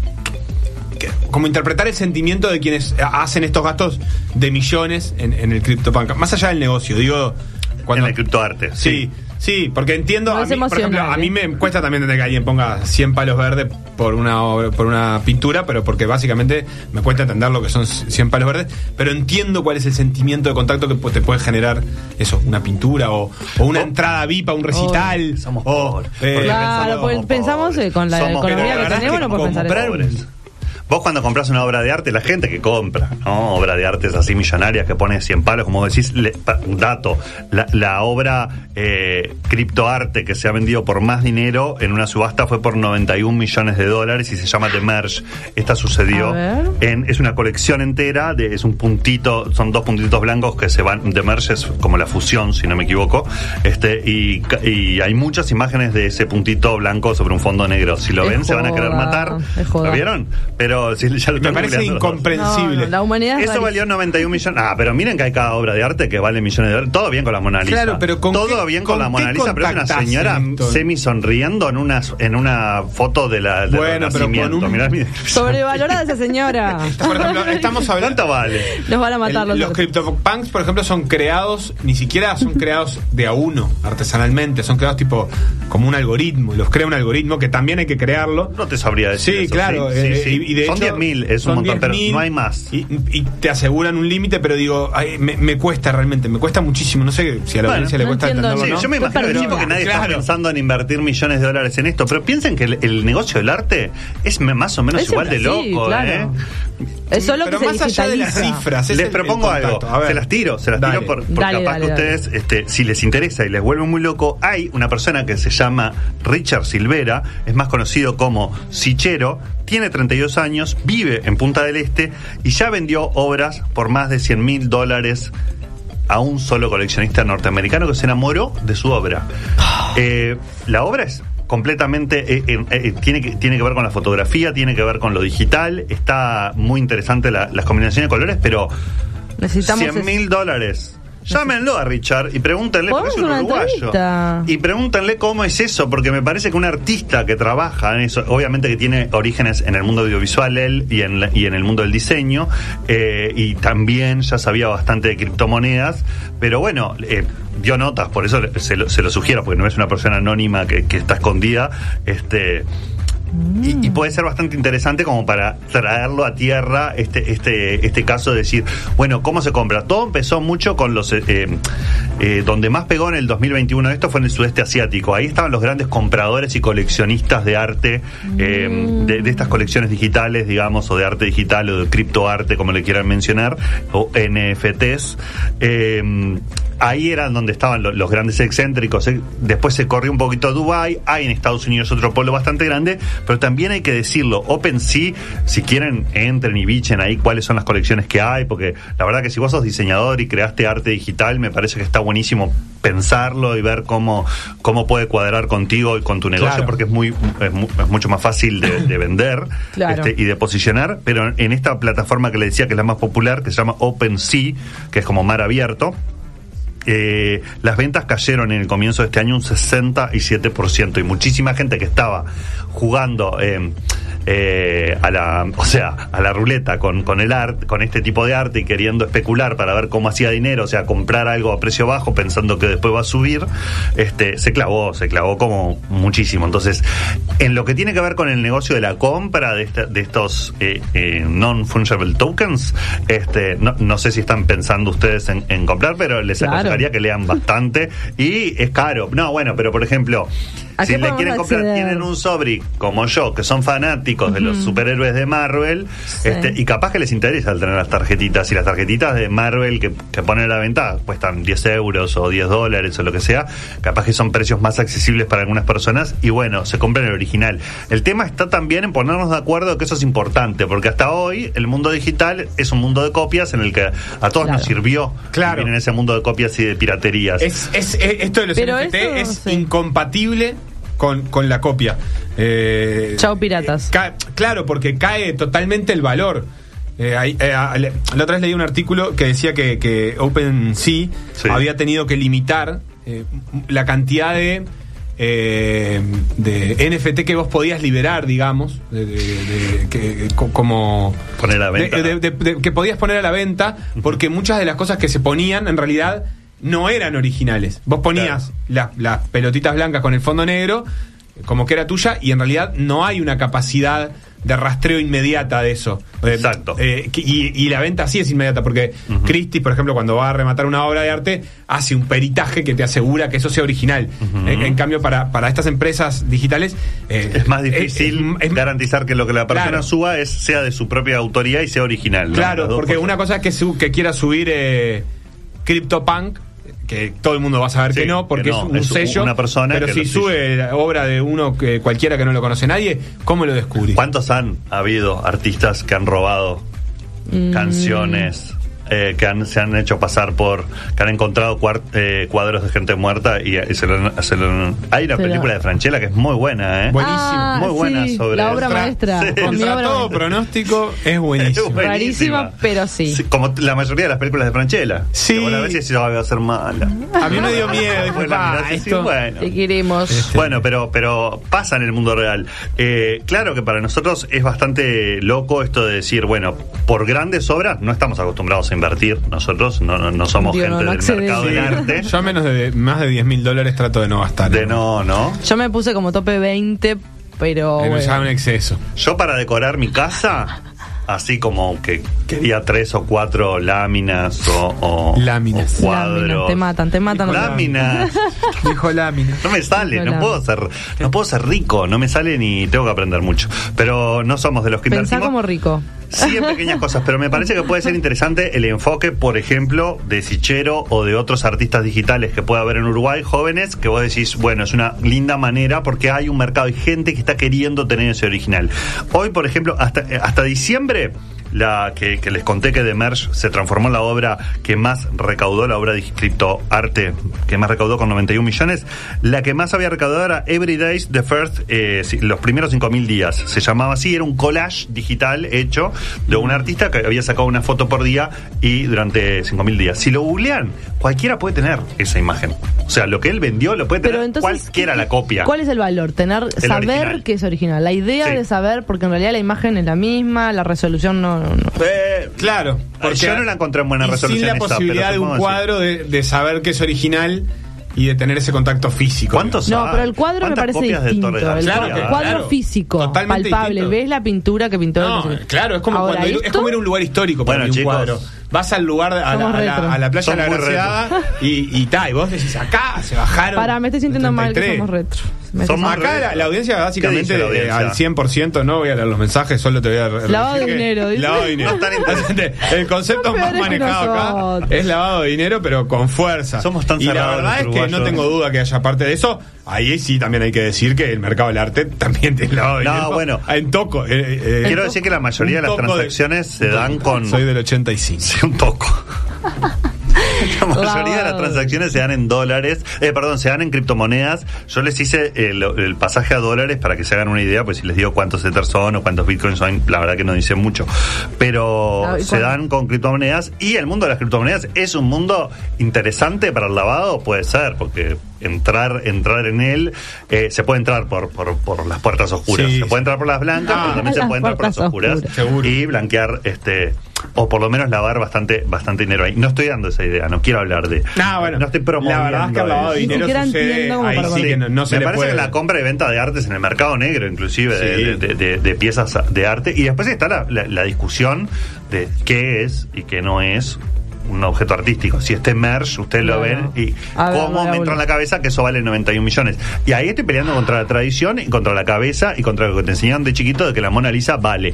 [SPEAKER 4] que- Como interpretar el sentimiento de quienes hacen estos gastos de millones en, en el CryptoPunk. Más allá del negocio, digo.
[SPEAKER 3] En el criptoarte.
[SPEAKER 4] Sí, sí, porque entiendo.
[SPEAKER 2] No
[SPEAKER 4] a
[SPEAKER 2] es
[SPEAKER 4] mí, por ejemplo,
[SPEAKER 2] emocional,
[SPEAKER 4] a mí
[SPEAKER 2] ¿eh?
[SPEAKER 4] me cuesta también tener que alguien ponga 100 palos verdes por una, obra- por una pintura, pero porque básicamente me cuesta entender lo que son 100 palos verdes. Pero entiendo cuál es el sentimiento de contacto que pu- te puede generar eso, una pintura o, o una
[SPEAKER 3] Oh.
[SPEAKER 4] entrada VIP a un recital.
[SPEAKER 3] Somos
[SPEAKER 4] o,
[SPEAKER 3] pobres.
[SPEAKER 4] eh,
[SPEAKER 3] Porque
[SPEAKER 2] Claro, pues
[SPEAKER 3] somos
[SPEAKER 2] pensamos,
[SPEAKER 3] pobres.
[SPEAKER 2] eh, con la
[SPEAKER 4] economía
[SPEAKER 3] pero
[SPEAKER 4] que
[SPEAKER 3] la verdad
[SPEAKER 4] tenemos,
[SPEAKER 3] es
[SPEAKER 4] no podemos pensar en
[SPEAKER 3] comprar-
[SPEAKER 4] eso.
[SPEAKER 3] Vos cuando compras una obra de arte, la gente que compra, ¿no? Obra de artes así millonarias que pone 100 palos, como decís, le- pa- un dato, la, la obra eh, criptoarte que se ha vendido por más dinero en una subasta fue por 91 millones de dólares y se llama The Merge. Esta sucedió
[SPEAKER 2] A ver.
[SPEAKER 3] en- es una colección entera, de- es un puntito, son dos puntitos blancos que se van, de merge es como la fusión, si no me equivoco, este, y, ca- y hay muchas imágenes de ese puntito blanco sobre un fondo negro. Si lo
[SPEAKER 2] Es
[SPEAKER 3] ven, se van a querer
[SPEAKER 2] joda,
[SPEAKER 3] matar.
[SPEAKER 2] es joda.
[SPEAKER 3] ¿Lo vieron? Pero pero si ya lo
[SPEAKER 4] Me
[SPEAKER 3] están
[SPEAKER 4] parece
[SPEAKER 3] googleando los dos.
[SPEAKER 4] incomprensible.
[SPEAKER 2] No, no, la humanidad es
[SPEAKER 3] Eso
[SPEAKER 2] rarísima.
[SPEAKER 3] valió 91 millones. Ah, pero miren que hay cada obra de arte que vale millones de dólares. Todo bien con la Mona Lisa.
[SPEAKER 4] Claro, pero ¿con
[SPEAKER 3] Todo
[SPEAKER 4] qué-
[SPEAKER 3] bien con,
[SPEAKER 4] con
[SPEAKER 3] la Mona
[SPEAKER 4] qué
[SPEAKER 3] Lisa, pero es una
[SPEAKER 4] contactás,
[SPEAKER 3] señora
[SPEAKER 4] Milton?
[SPEAKER 3] semi sonriendo en una, en una foto de la del
[SPEAKER 4] Bueno, pero con
[SPEAKER 3] Renacimiento.
[SPEAKER 4] un-
[SPEAKER 3] Mirá mi-
[SPEAKER 2] Sobrevalorada esa señora.
[SPEAKER 4] Por ejemplo, estamos hablando.
[SPEAKER 3] ¿Cuánto vale?
[SPEAKER 2] Nos van a matar
[SPEAKER 4] El-
[SPEAKER 2] los,
[SPEAKER 4] los
[SPEAKER 2] dos.
[SPEAKER 4] CryptoPunks, por ejemplo, son creados, ni siquiera son creados de a uno artesanalmente, son creados tipo como un algoritmo, los crea un algoritmo que también hay que crearlo.
[SPEAKER 3] No te sabría decir.
[SPEAKER 4] Sí,
[SPEAKER 3] eso,
[SPEAKER 4] claro.
[SPEAKER 3] sí,
[SPEAKER 4] eh,
[SPEAKER 3] sí, sí.
[SPEAKER 4] y- y de
[SPEAKER 3] son
[SPEAKER 4] hecho,
[SPEAKER 3] 10.000, es un
[SPEAKER 4] son
[SPEAKER 3] montón, pero
[SPEAKER 4] 10.000
[SPEAKER 3] no hay más.
[SPEAKER 4] Y, y te aseguran un límite, pero digo, ay, me, me cuesta realmente, me cuesta muchísimo. No sé si a la
[SPEAKER 3] Bueno,
[SPEAKER 4] audiencia le
[SPEAKER 2] no
[SPEAKER 4] cuesta
[SPEAKER 2] entiendo
[SPEAKER 4] entenderlo,
[SPEAKER 3] Sí,
[SPEAKER 2] no?
[SPEAKER 3] yo me
[SPEAKER 2] Estoy
[SPEAKER 3] imagino que,
[SPEAKER 2] perdida.
[SPEAKER 3] porque nadie está
[SPEAKER 4] Claro.
[SPEAKER 3] pensando en invertir millones de dólares en esto, pero piensen que el, el negocio del arte es más o menos
[SPEAKER 2] Es
[SPEAKER 3] igual de
[SPEAKER 2] siempre así,
[SPEAKER 3] loco,
[SPEAKER 2] claro.
[SPEAKER 3] ¿eh?
[SPEAKER 2] Es solo
[SPEAKER 4] pero
[SPEAKER 2] que se
[SPEAKER 4] más allá de las
[SPEAKER 2] digitaliza.
[SPEAKER 4] cifras, es
[SPEAKER 3] les
[SPEAKER 4] el-
[SPEAKER 3] propongo
[SPEAKER 4] el
[SPEAKER 3] algo,
[SPEAKER 4] contacto. A ver.
[SPEAKER 3] se las tiro, se las
[SPEAKER 4] Dale.
[SPEAKER 3] tiro por, porque
[SPEAKER 2] Dale,
[SPEAKER 3] capaz
[SPEAKER 2] dale,
[SPEAKER 3] que
[SPEAKER 2] dale.
[SPEAKER 3] ustedes, este, si les interesa y les vuelve muy loco, hay una persona que se llama Richard Silvera, es más conocido como Sichero, tiene 32 años, vive en Punta del Este y ya vendió obras por más de 100 mil dólares a un solo coleccionista norteamericano que se enamoró de su obra.
[SPEAKER 4] Ah.
[SPEAKER 3] Eh, la obra es completamente eh, eh, eh, tiene que tiene que ver con la fotografía, tiene que ver con lo digital, está muy interesante la- las combinaciones de colores, pero
[SPEAKER 2] Necesitamos
[SPEAKER 3] 100
[SPEAKER 2] es-
[SPEAKER 3] mil dólares. Llámenlo a Richard y pregúntenle, porque
[SPEAKER 2] Podemos
[SPEAKER 3] es un
[SPEAKER 2] hacer una
[SPEAKER 3] uruguayo.
[SPEAKER 2] entrevista.
[SPEAKER 3] Y pregúntenle cómo es eso, porque me parece que un artista que trabaja en eso, obviamente que tiene orígenes en el mundo audiovisual él y en, la- y en el mundo del diseño, eh, y también ya sabía bastante de criptomonedas, pero bueno, eh, dio notas, por eso le- se lo, se lo sugiero, porque no es una persona anónima que, que está escondida. Este, y, y puede ser bastante interesante como para traerlo a tierra este, este, este caso de decir, bueno, ¿cómo se compra? Todo empezó mucho con los... eh, eh, eh, donde más pegó en el 2021 esto fue en el sudeste asiático. Ahí estaban los grandes compradores y coleccionistas de arte, eh, de, de estas colecciones digitales, digamos, o de arte digital o de criptoarte, como le quieran mencionar, o NFTs. Eh, Ahí eran donde estaban lo- los grandes excéntricos. eh. Después se corrió un poquito a Dubai. Hay en Estados Unidos otro polo bastante grande, pero también hay que decirlo. OpenSea, si quieren, entren y bichen ahí cuáles son las colecciones que hay, porque la verdad que si vos sos diseñador y creaste arte digital, me parece que está buenísimo pensarlo y ver cómo, cómo puede cuadrar contigo y con tu negocio,
[SPEAKER 4] Claro.
[SPEAKER 3] porque es muy es, mu- es mucho más fácil de, de vender
[SPEAKER 2] Claro.
[SPEAKER 3] este, y de posicionar. Pero en esta plataforma que le decía que es la más popular, que se llama OpenSea, que es como mar abierto. Eh, las ventas cayeron en el comienzo de este año un 67% y muchísima gente que estaba jugando eh, eh, a la o sea a la ruleta con, con el arte con este tipo de arte y queriendo especular para ver cómo hacía dinero o sea comprar algo a precio bajo pensando que después va a subir este se clavó se clavó como muchísimo entonces en lo que tiene que ver con el negocio de la compra de, esta- de estos eh, eh, non-fungible tokens este no, no sé si están pensando ustedes en, en comprar pero les
[SPEAKER 2] Claro.
[SPEAKER 3] aconsejaría que lean bastante y es caro. No, bueno, pero por ejemplo,
[SPEAKER 2] ¿A
[SPEAKER 3] si
[SPEAKER 2] qué
[SPEAKER 3] le
[SPEAKER 2] podemos
[SPEAKER 3] quieren comprar,
[SPEAKER 2] acceder?
[SPEAKER 3] tienen un sobri como yo, que son fanáticos de los superhéroes de Marvel,
[SPEAKER 2] Sí.
[SPEAKER 3] este, y capaz que les interesa el tener las tarjetitas. Y las tarjetitas de Marvel que, que ponen a la venta cuestan 10 euros o 10 dólares o lo que sea, capaz que son precios más accesibles para algunas personas y bueno, se compran el original. El tema está también en ponernos de acuerdo que eso es importante, porque hasta hoy el mundo digital es un mundo de copias en el que a todos
[SPEAKER 2] Claro.
[SPEAKER 3] nos sirvió
[SPEAKER 4] Claro.
[SPEAKER 3] vivir en ese mundo de copias y de piraterías.
[SPEAKER 4] Es, es- es- esto de los
[SPEAKER 2] Pero
[SPEAKER 4] NFT
[SPEAKER 2] eso,
[SPEAKER 4] es
[SPEAKER 2] sí.
[SPEAKER 4] incompatible con, con la copia. Eh,
[SPEAKER 2] Chau, piratas.
[SPEAKER 4] eh, ca- claro, porque cae totalmente el valor. Eh, ahí, eh, a- le- la otra vez leí un artículo que decía que, que OpenSea había tenido que limitar eh, m- la cantidad de, eh, de NFT que vos podías liberar, digamos, de- de- de- que- co- como
[SPEAKER 3] Poner a la venta.
[SPEAKER 4] de- de- de- de- que podías poner a la venta, porque muchas de las cosas que se ponían en realidad no eran originales. Vos ponías las, las pelotitas blancas con el fondo negro, como que era tuya, y en realidad no hay una capacidad de rastreo inmediata de eso. Eh,
[SPEAKER 3] Exacto.
[SPEAKER 4] eh, que- y, y la venta sí es inmediata, porque Christie, por ejemplo, cuando va a rematar una obra de arte, hace un peritaje que te asegura que eso sea original. en, en cambio, para, para estas empresas digitales... eh,
[SPEAKER 3] Es más difícil
[SPEAKER 4] es- es-
[SPEAKER 3] garantizar que lo que la persona
[SPEAKER 4] Claro.
[SPEAKER 3] suba es, sea de su propia autoría y sea original. ¿no?
[SPEAKER 4] Claro,
[SPEAKER 3] Las dos
[SPEAKER 4] porque
[SPEAKER 3] cosas.
[SPEAKER 4] una cosa es que, su- que quiera subir eh, CryptoPunk, que todo el mundo va a saber
[SPEAKER 3] Sí,
[SPEAKER 4] que no, porque
[SPEAKER 3] que no,
[SPEAKER 4] es un
[SPEAKER 3] es
[SPEAKER 4] sello.
[SPEAKER 3] una persona
[SPEAKER 4] pero
[SPEAKER 3] que
[SPEAKER 4] si
[SPEAKER 3] lo
[SPEAKER 4] sube la obra de uno que cualquiera que no lo conoce nadie, ¿cómo lo descubrís?
[SPEAKER 5] Mm.
[SPEAKER 3] ¿Cuántos han habido artistas que han robado canciones? eh, que han- se han hecho pasar por. que han encontrado cuar- eh, cuadros de gente muerta y, y se lo han- se lo han- Hay una
[SPEAKER 5] Pero-
[SPEAKER 3] película de Franchella que es muy buena, ¿eh?
[SPEAKER 4] Buenísimo.
[SPEAKER 5] Ah,
[SPEAKER 3] Muy buena
[SPEAKER 5] sí,
[SPEAKER 3] sobre
[SPEAKER 5] La obra
[SPEAKER 3] Tra-
[SPEAKER 5] maestra.
[SPEAKER 3] Sí,
[SPEAKER 5] o mi
[SPEAKER 4] Contra
[SPEAKER 5] obra
[SPEAKER 4] todo
[SPEAKER 5] maestra.
[SPEAKER 4] pronóstico es buenísimo.
[SPEAKER 3] Es buenísima.
[SPEAKER 5] Rarísima, pero sí.
[SPEAKER 3] Como la mayoría de las películas de Franchella.
[SPEAKER 4] Sí.
[SPEAKER 3] Que vos la ves y decís, "Ah, va a ser mala.
[SPEAKER 4] A mí me dio miedo. Dije,
[SPEAKER 3] Vos la
[SPEAKER 4] "Pa,
[SPEAKER 3] mirás y decís,
[SPEAKER 4] esto".
[SPEAKER 3] bueno.
[SPEAKER 2] Te
[SPEAKER 4] Este-
[SPEAKER 2] queremos.
[SPEAKER 3] Bueno, pero, pero pasa en el mundo real. Eh, claro que para nosotros es bastante loco esto de decir, bueno, por grandes obras no estamos acostumbrados a invertir. Nosotros no, no, no somos
[SPEAKER 2] Digo, no,
[SPEAKER 3] gente
[SPEAKER 2] no
[SPEAKER 3] del
[SPEAKER 2] accedemos.
[SPEAKER 3] mercado del arte.
[SPEAKER 4] Yo a menos de más de 10 mil dólares trato de no gastar.
[SPEAKER 3] De no, ¿no?
[SPEAKER 2] Yo me puse como tope 20, pero.
[SPEAKER 5] Oh,
[SPEAKER 4] Pero
[SPEAKER 2] bueno.
[SPEAKER 4] ya un exceso.
[SPEAKER 3] Yo para decorar mi casa, así como que quería tres o cuatro láminas o, o-
[SPEAKER 4] Láminas.
[SPEAKER 3] o cuadros.
[SPEAKER 2] Láminas, te matan, te matan los
[SPEAKER 3] Láminas.
[SPEAKER 4] Dijo lámina.
[SPEAKER 3] No me sale, no
[SPEAKER 2] Láminas.
[SPEAKER 3] puedo ser, no puedo ser rico, no me sale ni tengo que aprender mucho. Pero no somos de los que
[SPEAKER 2] Pensá
[SPEAKER 3] invertimos.
[SPEAKER 2] como rico.
[SPEAKER 3] Sí, en pequeñas cosas, pero me parece que puede ser interesante el enfoque, por ejemplo, de Sichero o de otros artistas digitales que puede haber en Uruguay, jóvenes, que vos decís, bueno, es una linda manera porque hay un mercado y gente que está queriendo tener ese original. Hoy, por ejemplo, hasta, eh, hasta diciembre, la que, que les conté que de Merge se transformó en la obra que más recaudó, la obra de criptoarte, que más recaudó con 91 millones, la que más había recaudado era Every Days the First, eh, sí, los primeros 5.000 días. Se llamaba así, era un collage digital hecho de un artista que había sacado una foto por día y durante 5.000 días. Si lo googlean, cualquiera puede tener esa imagen. O sea, lo que él vendió lo puede tener
[SPEAKER 5] Pero entonces,
[SPEAKER 3] cualquiera la copia.
[SPEAKER 5] ¿Cuál es el valor? Tener, saber
[SPEAKER 3] original.
[SPEAKER 5] que es original. La idea
[SPEAKER 3] Sí.
[SPEAKER 5] de saber, porque en realidad la imagen es la misma, la resolución no. no- no.
[SPEAKER 3] Eh,
[SPEAKER 4] Claro.
[SPEAKER 3] Ay, yo no la encontré en buena
[SPEAKER 4] y
[SPEAKER 3] resolución
[SPEAKER 4] Sin la
[SPEAKER 3] esa, pero
[SPEAKER 4] posibilidad de un
[SPEAKER 3] supongo que sí.
[SPEAKER 4] cuadro de, de saber que es original y de tener ese contacto físico.
[SPEAKER 3] ¿Cuántos
[SPEAKER 5] No,
[SPEAKER 3] hay?
[SPEAKER 5] pero el cuadro me
[SPEAKER 3] ¿Cuántas
[SPEAKER 5] parece
[SPEAKER 3] copias de
[SPEAKER 5] distinto.
[SPEAKER 3] Torres
[SPEAKER 5] el
[SPEAKER 3] García?
[SPEAKER 5] cuadro,
[SPEAKER 4] Claro,
[SPEAKER 5] cuadro
[SPEAKER 4] claro.
[SPEAKER 5] físico,
[SPEAKER 4] Totalmente
[SPEAKER 5] palpable.
[SPEAKER 4] distinto.
[SPEAKER 5] ¿Ves la pintura que pintó?
[SPEAKER 4] No,
[SPEAKER 5] el-
[SPEAKER 4] claro, es como
[SPEAKER 5] Ahora,
[SPEAKER 4] cuando ir- es
[SPEAKER 5] esto-
[SPEAKER 4] como ir a un lugar histórico para
[SPEAKER 3] Bueno,
[SPEAKER 4] mí, un
[SPEAKER 3] chicos.
[SPEAKER 4] cuadro. Vas al lugar a la,
[SPEAKER 5] Somos
[SPEAKER 4] a la-
[SPEAKER 5] retro.
[SPEAKER 4] a la playa de la
[SPEAKER 3] Somos muy
[SPEAKER 4] Graciada y, y ta, y vos decís acá se bajaron.
[SPEAKER 5] Pará, me estoy sintiendo mal que
[SPEAKER 4] 33.
[SPEAKER 5] somos retro. Me
[SPEAKER 3] Somos
[SPEAKER 5] estoy-
[SPEAKER 4] Acá la, la audiencia
[SPEAKER 3] ¿Qué dice
[SPEAKER 4] básicamente
[SPEAKER 3] la
[SPEAKER 4] eh,
[SPEAKER 3] audiencia?
[SPEAKER 4] al 100%, no voy a leer los mensajes, solo te voy a... re-
[SPEAKER 5] Lavado de
[SPEAKER 4] decir que-
[SPEAKER 5] dinero, dice.
[SPEAKER 4] Lavado de dinero.
[SPEAKER 3] No están interesantes.
[SPEAKER 4] El concepto
[SPEAKER 5] Son
[SPEAKER 4] más
[SPEAKER 5] peores que
[SPEAKER 4] manejado acá
[SPEAKER 5] nosotros.
[SPEAKER 4] es lavado de dinero, pero con fuerza.
[SPEAKER 3] Somos tan
[SPEAKER 4] y la
[SPEAKER 3] cerrados
[SPEAKER 4] verdad es
[SPEAKER 3] los
[SPEAKER 4] que no
[SPEAKER 3] uruguayos.
[SPEAKER 4] tengo duda que haya parte de eso. Ahí sí también hay que decir que el mercado del arte también tiene lavado de
[SPEAKER 3] No,
[SPEAKER 4] dinero.
[SPEAKER 3] bueno.
[SPEAKER 4] En toco. eh, eh,
[SPEAKER 3] Quiero decir que la mayoría de
[SPEAKER 4] un
[SPEAKER 3] las
[SPEAKER 4] toco
[SPEAKER 3] transacciones se
[SPEAKER 4] un
[SPEAKER 3] dan
[SPEAKER 4] toco.
[SPEAKER 3] con-
[SPEAKER 4] Soy del 85.
[SPEAKER 3] Sí, un poco. La mayoría de las transacciones se dan en dólares, eh, perdón, se dan en criptomonedas. Yo les hice el, el pasaje a dólares para que se hagan una idea, pues si les digo cuántos Ethers son o cuántos Bitcoins son, la verdad que no dicen mucho. Pero
[SPEAKER 5] Ah, ¿y
[SPEAKER 3] se
[SPEAKER 5] cuánto?
[SPEAKER 3] dan con criptomonedas y el mundo de las criptomonedas es un mundo interesante para el lavado, puede ser, porque entrar entrar en él eh, se puede entrar por, por, por las puertas oscuras,
[SPEAKER 4] Sí,
[SPEAKER 3] se puede
[SPEAKER 4] sí.
[SPEAKER 3] entrar por las blancas,
[SPEAKER 4] Ah.
[SPEAKER 3] pero también se
[SPEAKER 5] Las
[SPEAKER 3] puede entrar por las
[SPEAKER 5] puertas
[SPEAKER 3] oscuras.
[SPEAKER 5] oscuras.
[SPEAKER 4] Seguro.
[SPEAKER 3] Y blanquear este o por lo menos lavar bastante bastante dinero ahí. No estoy dando esa idea, no quiero hablar de.
[SPEAKER 4] Ah, bueno.
[SPEAKER 3] no estoy promoviendo.
[SPEAKER 4] La verdad es que el lavado de
[SPEAKER 5] Ni
[SPEAKER 3] eso.
[SPEAKER 4] dinero
[SPEAKER 5] siquiera
[SPEAKER 4] sucede.
[SPEAKER 5] entiendo cómo
[SPEAKER 4] Ahí
[SPEAKER 5] para
[SPEAKER 4] sí
[SPEAKER 5] dónde.
[SPEAKER 4] que no, no se
[SPEAKER 3] Me
[SPEAKER 4] le
[SPEAKER 3] parece
[SPEAKER 4] puede.
[SPEAKER 3] que la compra y venta de artes en el mercado negro, inclusive, de-
[SPEAKER 4] Sí.
[SPEAKER 3] de, de- de piezas de arte. Y después está la, la- la discusión de qué es y qué no es un objeto artístico. Si este merge, ustedes lo
[SPEAKER 5] Claro.
[SPEAKER 3] ven y
[SPEAKER 5] A ver,
[SPEAKER 3] cómo
[SPEAKER 5] María
[SPEAKER 3] me entra en la cabeza que eso vale 91 millones. Y ahí estoy peleando contra la tradición y contra la cabeza y contra lo que te enseñaron de chiquito de que la Mona Lisa vale.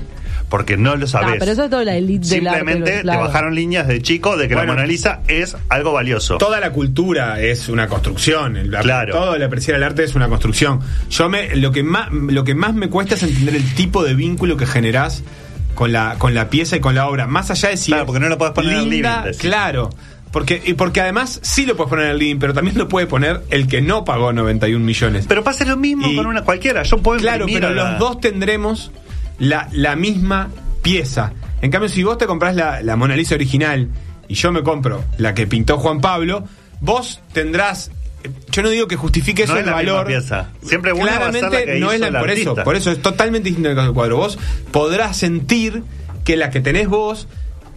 [SPEAKER 3] Porque no lo sabes.
[SPEAKER 5] Ah, pero eso es toda la elite del arte,
[SPEAKER 3] Simplemente
[SPEAKER 5] lo- claro.
[SPEAKER 3] te bajaron líneas de chico de que la
[SPEAKER 4] Bueno.
[SPEAKER 3] Mona Lisa es algo valioso.
[SPEAKER 4] Toda la cultura es una construcción. El,
[SPEAKER 3] Claro.
[SPEAKER 4] Todo el apreciar el arte es una construcción. Yo me, lo que más, lo que más me cuesta es entender el tipo de vínculo que generás con la, con la pieza y con la obra. Más allá de si
[SPEAKER 3] Claro,
[SPEAKER 4] es
[SPEAKER 3] porque no lo podés poner en el
[SPEAKER 4] linda,
[SPEAKER 3] living, decís.
[SPEAKER 4] Claro. Porque, y porque además sí lo puedes poner en el living, pero también lo puede poner el que no pagó 91 millones.
[SPEAKER 3] Pero pasa lo mismo
[SPEAKER 4] Y-
[SPEAKER 3] con una cualquiera. Yo puedo
[SPEAKER 4] Claro,
[SPEAKER 3] imprimir
[SPEAKER 4] pero
[SPEAKER 3] a la-
[SPEAKER 4] los dos tendremos la, la misma pieza. En cambio, si vos te comprás la, la Mona Lisa original y yo me compro la que pintó Juan Pablo, vos tendrás. Yo no digo que justifique eso
[SPEAKER 3] No es
[SPEAKER 4] el
[SPEAKER 3] la misma
[SPEAKER 4] valor.
[SPEAKER 3] pieza. Siempre una va a ser la
[SPEAKER 4] Claramente
[SPEAKER 3] que
[SPEAKER 4] no
[SPEAKER 3] hizo
[SPEAKER 4] es la
[SPEAKER 3] el
[SPEAKER 4] por
[SPEAKER 3] artista.
[SPEAKER 4] eso. Por eso es totalmente distinto el caso del cuadro. Vos podrás sentir que la que tenés vos,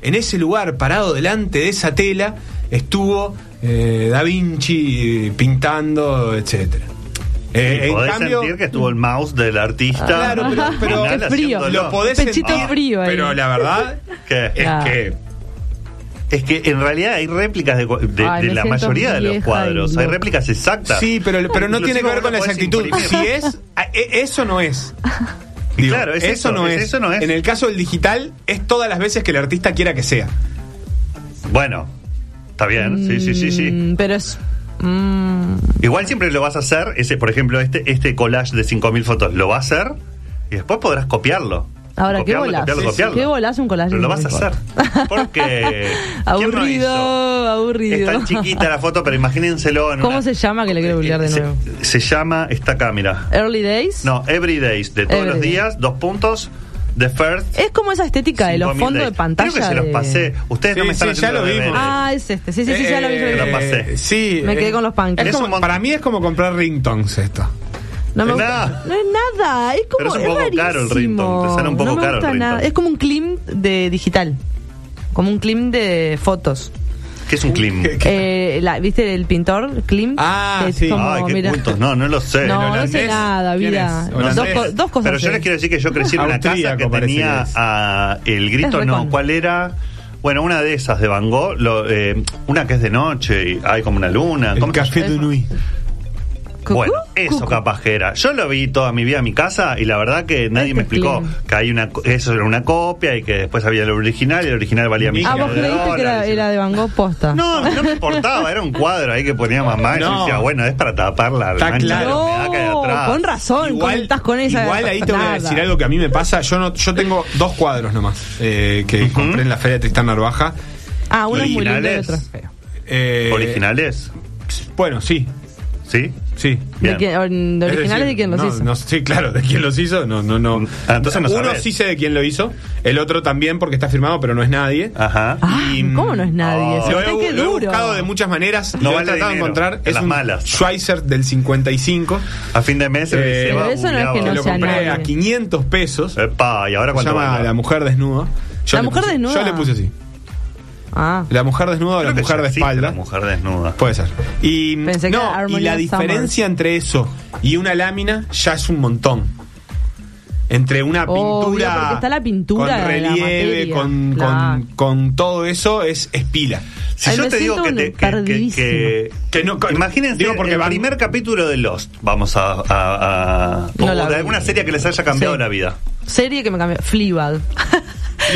[SPEAKER 4] en ese lugar, parado delante de esa tela, estuvo eh, Da Vinci eh, pintando, etcétera.
[SPEAKER 3] Y
[SPEAKER 4] Eh, en
[SPEAKER 3] podés
[SPEAKER 4] cambio- Ah.
[SPEAKER 3] sentir que estuvo el mouse del artista.
[SPEAKER 4] Claro, pero-
[SPEAKER 3] al
[SPEAKER 4] pero-
[SPEAKER 3] final
[SPEAKER 5] Qué frío.
[SPEAKER 3] haciéndolo.
[SPEAKER 4] lo podés
[SPEAKER 5] Pechito
[SPEAKER 4] sentir,
[SPEAKER 5] frío ahí.
[SPEAKER 4] pero la verdad
[SPEAKER 3] ¿Qué?
[SPEAKER 4] es
[SPEAKER 5] Ah.
[SPEAKER 4] que
[SPEAKER 3] Es que en realidad hay réplicas de, cua- de-
[SPEAKER 5] Ay,
[SPEAKER 3] de
[SPEAKER 5] me
[SPEAKER 3] la
[SPEAKER 5] siento
[SPEAKER 3] mayoría de los
[SPEAKER 5] vieja
[SPEAKER 3] cuadros.
[SPEAKER 5] y
[SPEAKER 3] Hay
[SPEAKER 5] loca.
[SPEAKER 3] réplicas exactas.
[SPEAKER 4] sí, pero, pero no
[SPEAKER 3] Inclusive
[SPEAKER 4] tiene que ver
[SPEAKER 3] vos
[SPEAKER 4] con
[SPEAKER 3] lo
[SPEAKER 4] la
[SPEAKER 3] podés
[SPEAKER 4] exactitud.
[SPEAKER 3] imprimir.
[SPEAKER 4] Si es, a- e- eso no es.
[SPEAKER 3] Y claro, es eso,
[SPEAKER 4] no
[SPEAKER 3] es
[SPEAKER 4] es.
[SPEAKER 3] eso no es.
[SPEAKER 4] En el caso del digital es todas las veces que el artista quiera que sea.
[SPEAKER 3] Bueno, está bien. Sí, sí, sí, sí.
[SPEAKER 5] Mm, Pero es. mm,
[SPEAKER 3] Igual siempre lo vas a hacer, ese, por ejemplo, este, este collage de 5.000 fotos, lo vas a hacer y después podrás copiarlo.
[SPEAKER 5] Ahora, ¿qué
[SPEAKER 3] Copiarlo,
[SPEAKER 5] bolas? Sí,
[SPEAKER 3] copiarlo,
[SPEAKER 5] sí.
[SPEAKER 3] copiarlo.
[SPEAKER 5] ¿Qué bolas? Un collage
[SPEAKER 3] Pero lo vas a
[SPEAKER 5] sin
[SPEAKER 3] hacer. Porque. ¿quién no
[SPEAKER 5] Aburrido,
[SPEAKER 3] hizo?
[SPEAKER 5] aburrido.
[SPEAKER 3] Es tan chiquita la foto, pero imagínenselo en
[SPEAKER 5] ¿Cómo
[SPEAKER 3] una-
[SPEAKER 5] se llama que le quiero googlear de
[SPEAKER 3] Se-
[SPEAKER 5] nuevo?
[SPEAKER 3] Se, llama, está acá, mira.
[SPEAKER 5] Early Days.
[SPEAKER 3] No, Everydays, de todos
[SPEAKER 5] Every
[SPEAKER 3] los
[SPEAKER 5] Day.
[SPEAKER 3] días, dos puntos, The First.
[SPEAKER 5] Es como esa estética de los
[SPEAKER 3] 5000
[SPEAKER 5] fondos de
[SPEAKER 3] days.
[SPEAKER 5] pantalla.
[SPEAKER 3] Creo que se los
[SPEAKER 5] de-
[SPEAKER 3] pasé. Ustedes no
[SPEAKER 4] Sí,
[SPEAKER 3] me están
[SPEAKER 4] sí, ya
[SPEAKER 3] haciendo
[SPEAKER 4] lo
[SPEAKER 3] los
[SPEAKER 4] vimos.
[SPEAKER 3] deberes.
[SPEAKER 5] Ah, es este. Sí, sí, sí, ya lo vi. ya lo vi.
[SPEAKER 3] Eh, la pasé.
[SPEAKER 4] Sí. eh,
[SPEAKER 5] Me quedé con los punks.
[SPEAKER 4] Es
[SPEAKER 3] Es
[SPEAKER 4] como-
[SPEAKER 3] un mon-
[SPEAKER 4] para mí es como comprar ringtones esto.
[SPEAKER 5] No me
[SPEAKER 3] Es
[SPEAKER 5] gusta-
[SPEAKER 3] nada.
[SPEAKER 5] No es nada. Es como.
[SPEAKER 3] Pero es un poco caro el
[SPEAKER 5] rarísimo.
[SPEAKER 3] ringtone, te sale un poco
[SPEAKER 5] no me
[SPEAKER 3] caro el
[SPEAKER 5] gusta nada.
[SPEAKER 3] ringtone.
[SPEAKER 5] Es como un clim de digital. Como un clim de fotos.
[SPEAKER 3] ¿Qué es un clim?
[SPEAKER 4] ¿Qué-
[SPEAKER 5] Eh, la- ¿Viste el pintor? Clim.
[SPEAKER 4] Ah,
[SPEAKER 5] Que es
[SPEAKER 4] sí.
[SPEAKER 5] como,
[SPEAKER 3] Ay, qué
[SPEAKER 5] mira.
[SPEAKER 3] cultos. No, no lo sé.
[SPEAKER 5] No, no sé
[SPEAKER 4] holandés?
[SPEAKER 5] nada,
[SPEAKER 4] ¿Quién
[SPEAKER 5] vida.
[SPEAKER 4] es?
[SPEAKER 5] Dos,
[SPEAKER 4] ¿Holandés?
[SPEAKER 5] co- dos cosas.
[SPEAKER 3] Pero yo
[SPEAKER 5] sé.
[SPEAKER 3] les quiero decir que yo crecí en una casa que
[SPEAKER 4] Austríaco, parece
[SPEAKER 3] tenía
[SPEAKER 4] que es.
[SPEAKER 3] a el grito,
[SPEAKER 5] Es
[SPEAKER 3] no,
[SPEAKER 5] recon.
[SPEAKER 3] ¿cuál era? Bueno, una de esas de Van Gogh, lo, eh, una que es de noche y hay como una luna.
[SPEAKER 4] El
[SPEAKER 3] ¿cómo se
[SPEAKER 4] café de Nui.
[SPEAKER 5] ¿Cucú?
[SPEAKER 3] Bueno, eso
[SPEAKER 5] Cucú.
[SPEAKER 3] capaz que era. Yo lo vi toda mi vida en mi casa y la verdad que nadie me explicó
[SPEAKER 5] clean.
[SPEAKER 3] que hay una, co- eso era una copia y que después había el original y el original valía
[SPEAKER 4] Ah,
[SPEAKER 3] millones
[SPEAKER 5] Ah, vos
[SPEAKER 3] de
[SPEAKER 5] creíste que era,
[SPEAKER 3] dólares.
[SPEAKER 5] era de Van Gogh posta.
[SPEAKER 3] No, no me importaba, era un cuadro ahí que ponía mamá y yo
[SPEAKER 4] No.
[SPEAKER 3] decía, bueno, es para tapar la
[SPEAKER 4] Está
[SPEAKER 3] mancha de
[SPEAKER 4] claro.
[SPEAKER 3] humedad que hay atrás.
[SPEAKER 5] con razón, igual, estás con esa.
[SPEAKER 4] igual ahí te voy a
[SPEAKER 5] Nada.
[SPEAKER 4] decir algo que a mí me pasa. Yo no, yo tengo dos cuadros nomás eh, que compré en la feria de Tristán Narvaja.
[SPEAKER 5] Ah, uno es muy lindo y
[SPEAKER 3] Originales.
[SPEAKER 5] otro es feo.
[SPEAKER 4] Eh,
[SPEAKER 3] ¿Originales?
[SPEAKER 4] Bueno, sí,
[SPEAKER 3] ¿sí.
[SPEAKER 4] sí.
[SPEAKER 5] ¿De,
[SPEAKER 3] Bien.
[SPEAKER 5] quién- or- de
[SPEAKER 4] Es
[SPEAKER 5] originales
[SPEAKER 4] decir,
[SPEAKER 5] de quién los
[SPEAKER 4] no,
[SPEAKER 5] hizo?
[SPEAKER 4] no, sí, claro, de quién los hizo. No, no, no.
[SPEAKER 3] Ah, entonces no
[SPEAKER 4] Uno
[SPEAKER 3] sabés.
[SPEAKER 4] sí sé de quién lo hizo, el otro también porque está firmado, pero no es nadie.
[SPEAKER 3] Ajá.
[SPEAKER 5] Ah,
[SPEAKER 4] Y, Ah,
[SPEAKER 5] ¿Cómo no es nadie?
[SPEAKER 3] oh,
[SPEAKER 5] Eso
[SPEAKER 4] Lo
[SPEAKER 5] está
[SPEAKER 4] he,
[SPEAKER 5] que
[SPEAKER 4] lo he
[SPEAKER 5] duro.
[SPEAKER 4] buscado de muchas maneras.
[SPEAKER 3] No
[SPEAKER 4] lo
[SPEAKER 3] vale
[SPEAKER 4] he tratado de
[SPEAKER 3] dinero,
[SPEAKER 4] encontrar.
[SPEAKER 3] de
[SPEAKER 4] Es
[SPEAKER 3] las
[SPEAKER 4] un
[SPEAKER 3] malas.
[SPEAKER 4] Schweizer del 55.
[SPEAKER 3] A fin de mes
[SPEAKER 4] Eh,
[SPEAKER 3] se
[SPEAKER 4] pero
[SPEAKER 3] va
[SPEAKER 5] eso no es que
[SPEAKER 4] que
[SPEAKER 5] no
[SPEAKER 4] lo
[SPEAKER 5] sea
[SPEAKER 4] compré
[SPEAKER 5] nadie.
[SPEAKER 4] a 500 pesos.
[SPEAKER 3] Epa, ¿y ahora
[SPEAKER 4] Se
[SPEAKER 3] Eh, cuánto
[SPEAKER 4] llama
[SPEAKER 3] vale?
[SPEAKER 4] La Mujer Desnuda.
[SPEAKER 5] ¿La
[SPEAKER 4] le
[SPEAKER 5] Mujer
[SPEAKER 4] puse-
[SPEAKER 5] Desnuda?
[SPEAKER 4] Yo le puse así.
[SPEAKER 5] Ah,
[SPEAKER 4] La Mujer Desnuda o
[SPEAKER 3] Creo
[SPEAKER 4] La
[SPEAKER 3] que
[SPEAKER 4] Mujer
[SPEAKER 3] ya
[SPEAKER 4] de
[SPEAKER 3] existe
[SPEAKER 4] Espalda.
[SPEAKER 3] La mujer desnuda.
[SPEAKER 4] Puede ser. Y,
[SPEAKER 5] Pensé que
[SPEAKER 4] no,
[SPEAKER 5] era
[SPEAKER 4] y
[SPEAKER 5] Harmony
[SPEAKER 4] la
[SPEAKER 5] and Summer.
[SPEAKER 4] diferencia entre eso y una lámina ya es un montón. Entre una
[SPEAKER 5] Obvio,
[SPEAKER 4] pintura.
[SPEAKER 5] porque está la pintura
[SPEAKER 4] Con
[SPEAKER 5] de la
[SPEAKER 4] relieve,
[SPEAKER 5] materia,
[SPEAKER 4] con,
[SPEAKER 5] claro.
[SPEAKER 4] con, con todo eso, es, es pila. Eh,
[SPEAKER 3] Si
[SPEAKER 5] Ay,
[SPEAKER 3] yo
[SPEAKER 5] me
[SPEAKER 3] te digo
[SPEAKER 5] siento
[SPEAKER 3] que,
[SPEAKER 5] un
[SPEAKER 3] te- que- que,
[SPEAKER 5] perdidísimo.
[SPEAKER 3] que-
[SPEAKER 4] Que no- que-
[SPEAKER 3] imagínense
[SPEAKER 4] digo porque
[SPEAKER 3] el
[SPEAKER 4] van-
[SPEAKER 3] primer capítulo de Lost, vamos a, a- a-
[SPEAKER 5] No
[SPEAKER 3] o
[SPEAKER 5] la
[SPEAKER 3] de
[SPEAKER 5] vi.
[SPEAKER 3] alguna serie que les haya cambiado
[SPEAKER 5] Sí.
[SPEAKER 3] la vida.
[SPEAKER 5] serie que me cambió. Fleabag.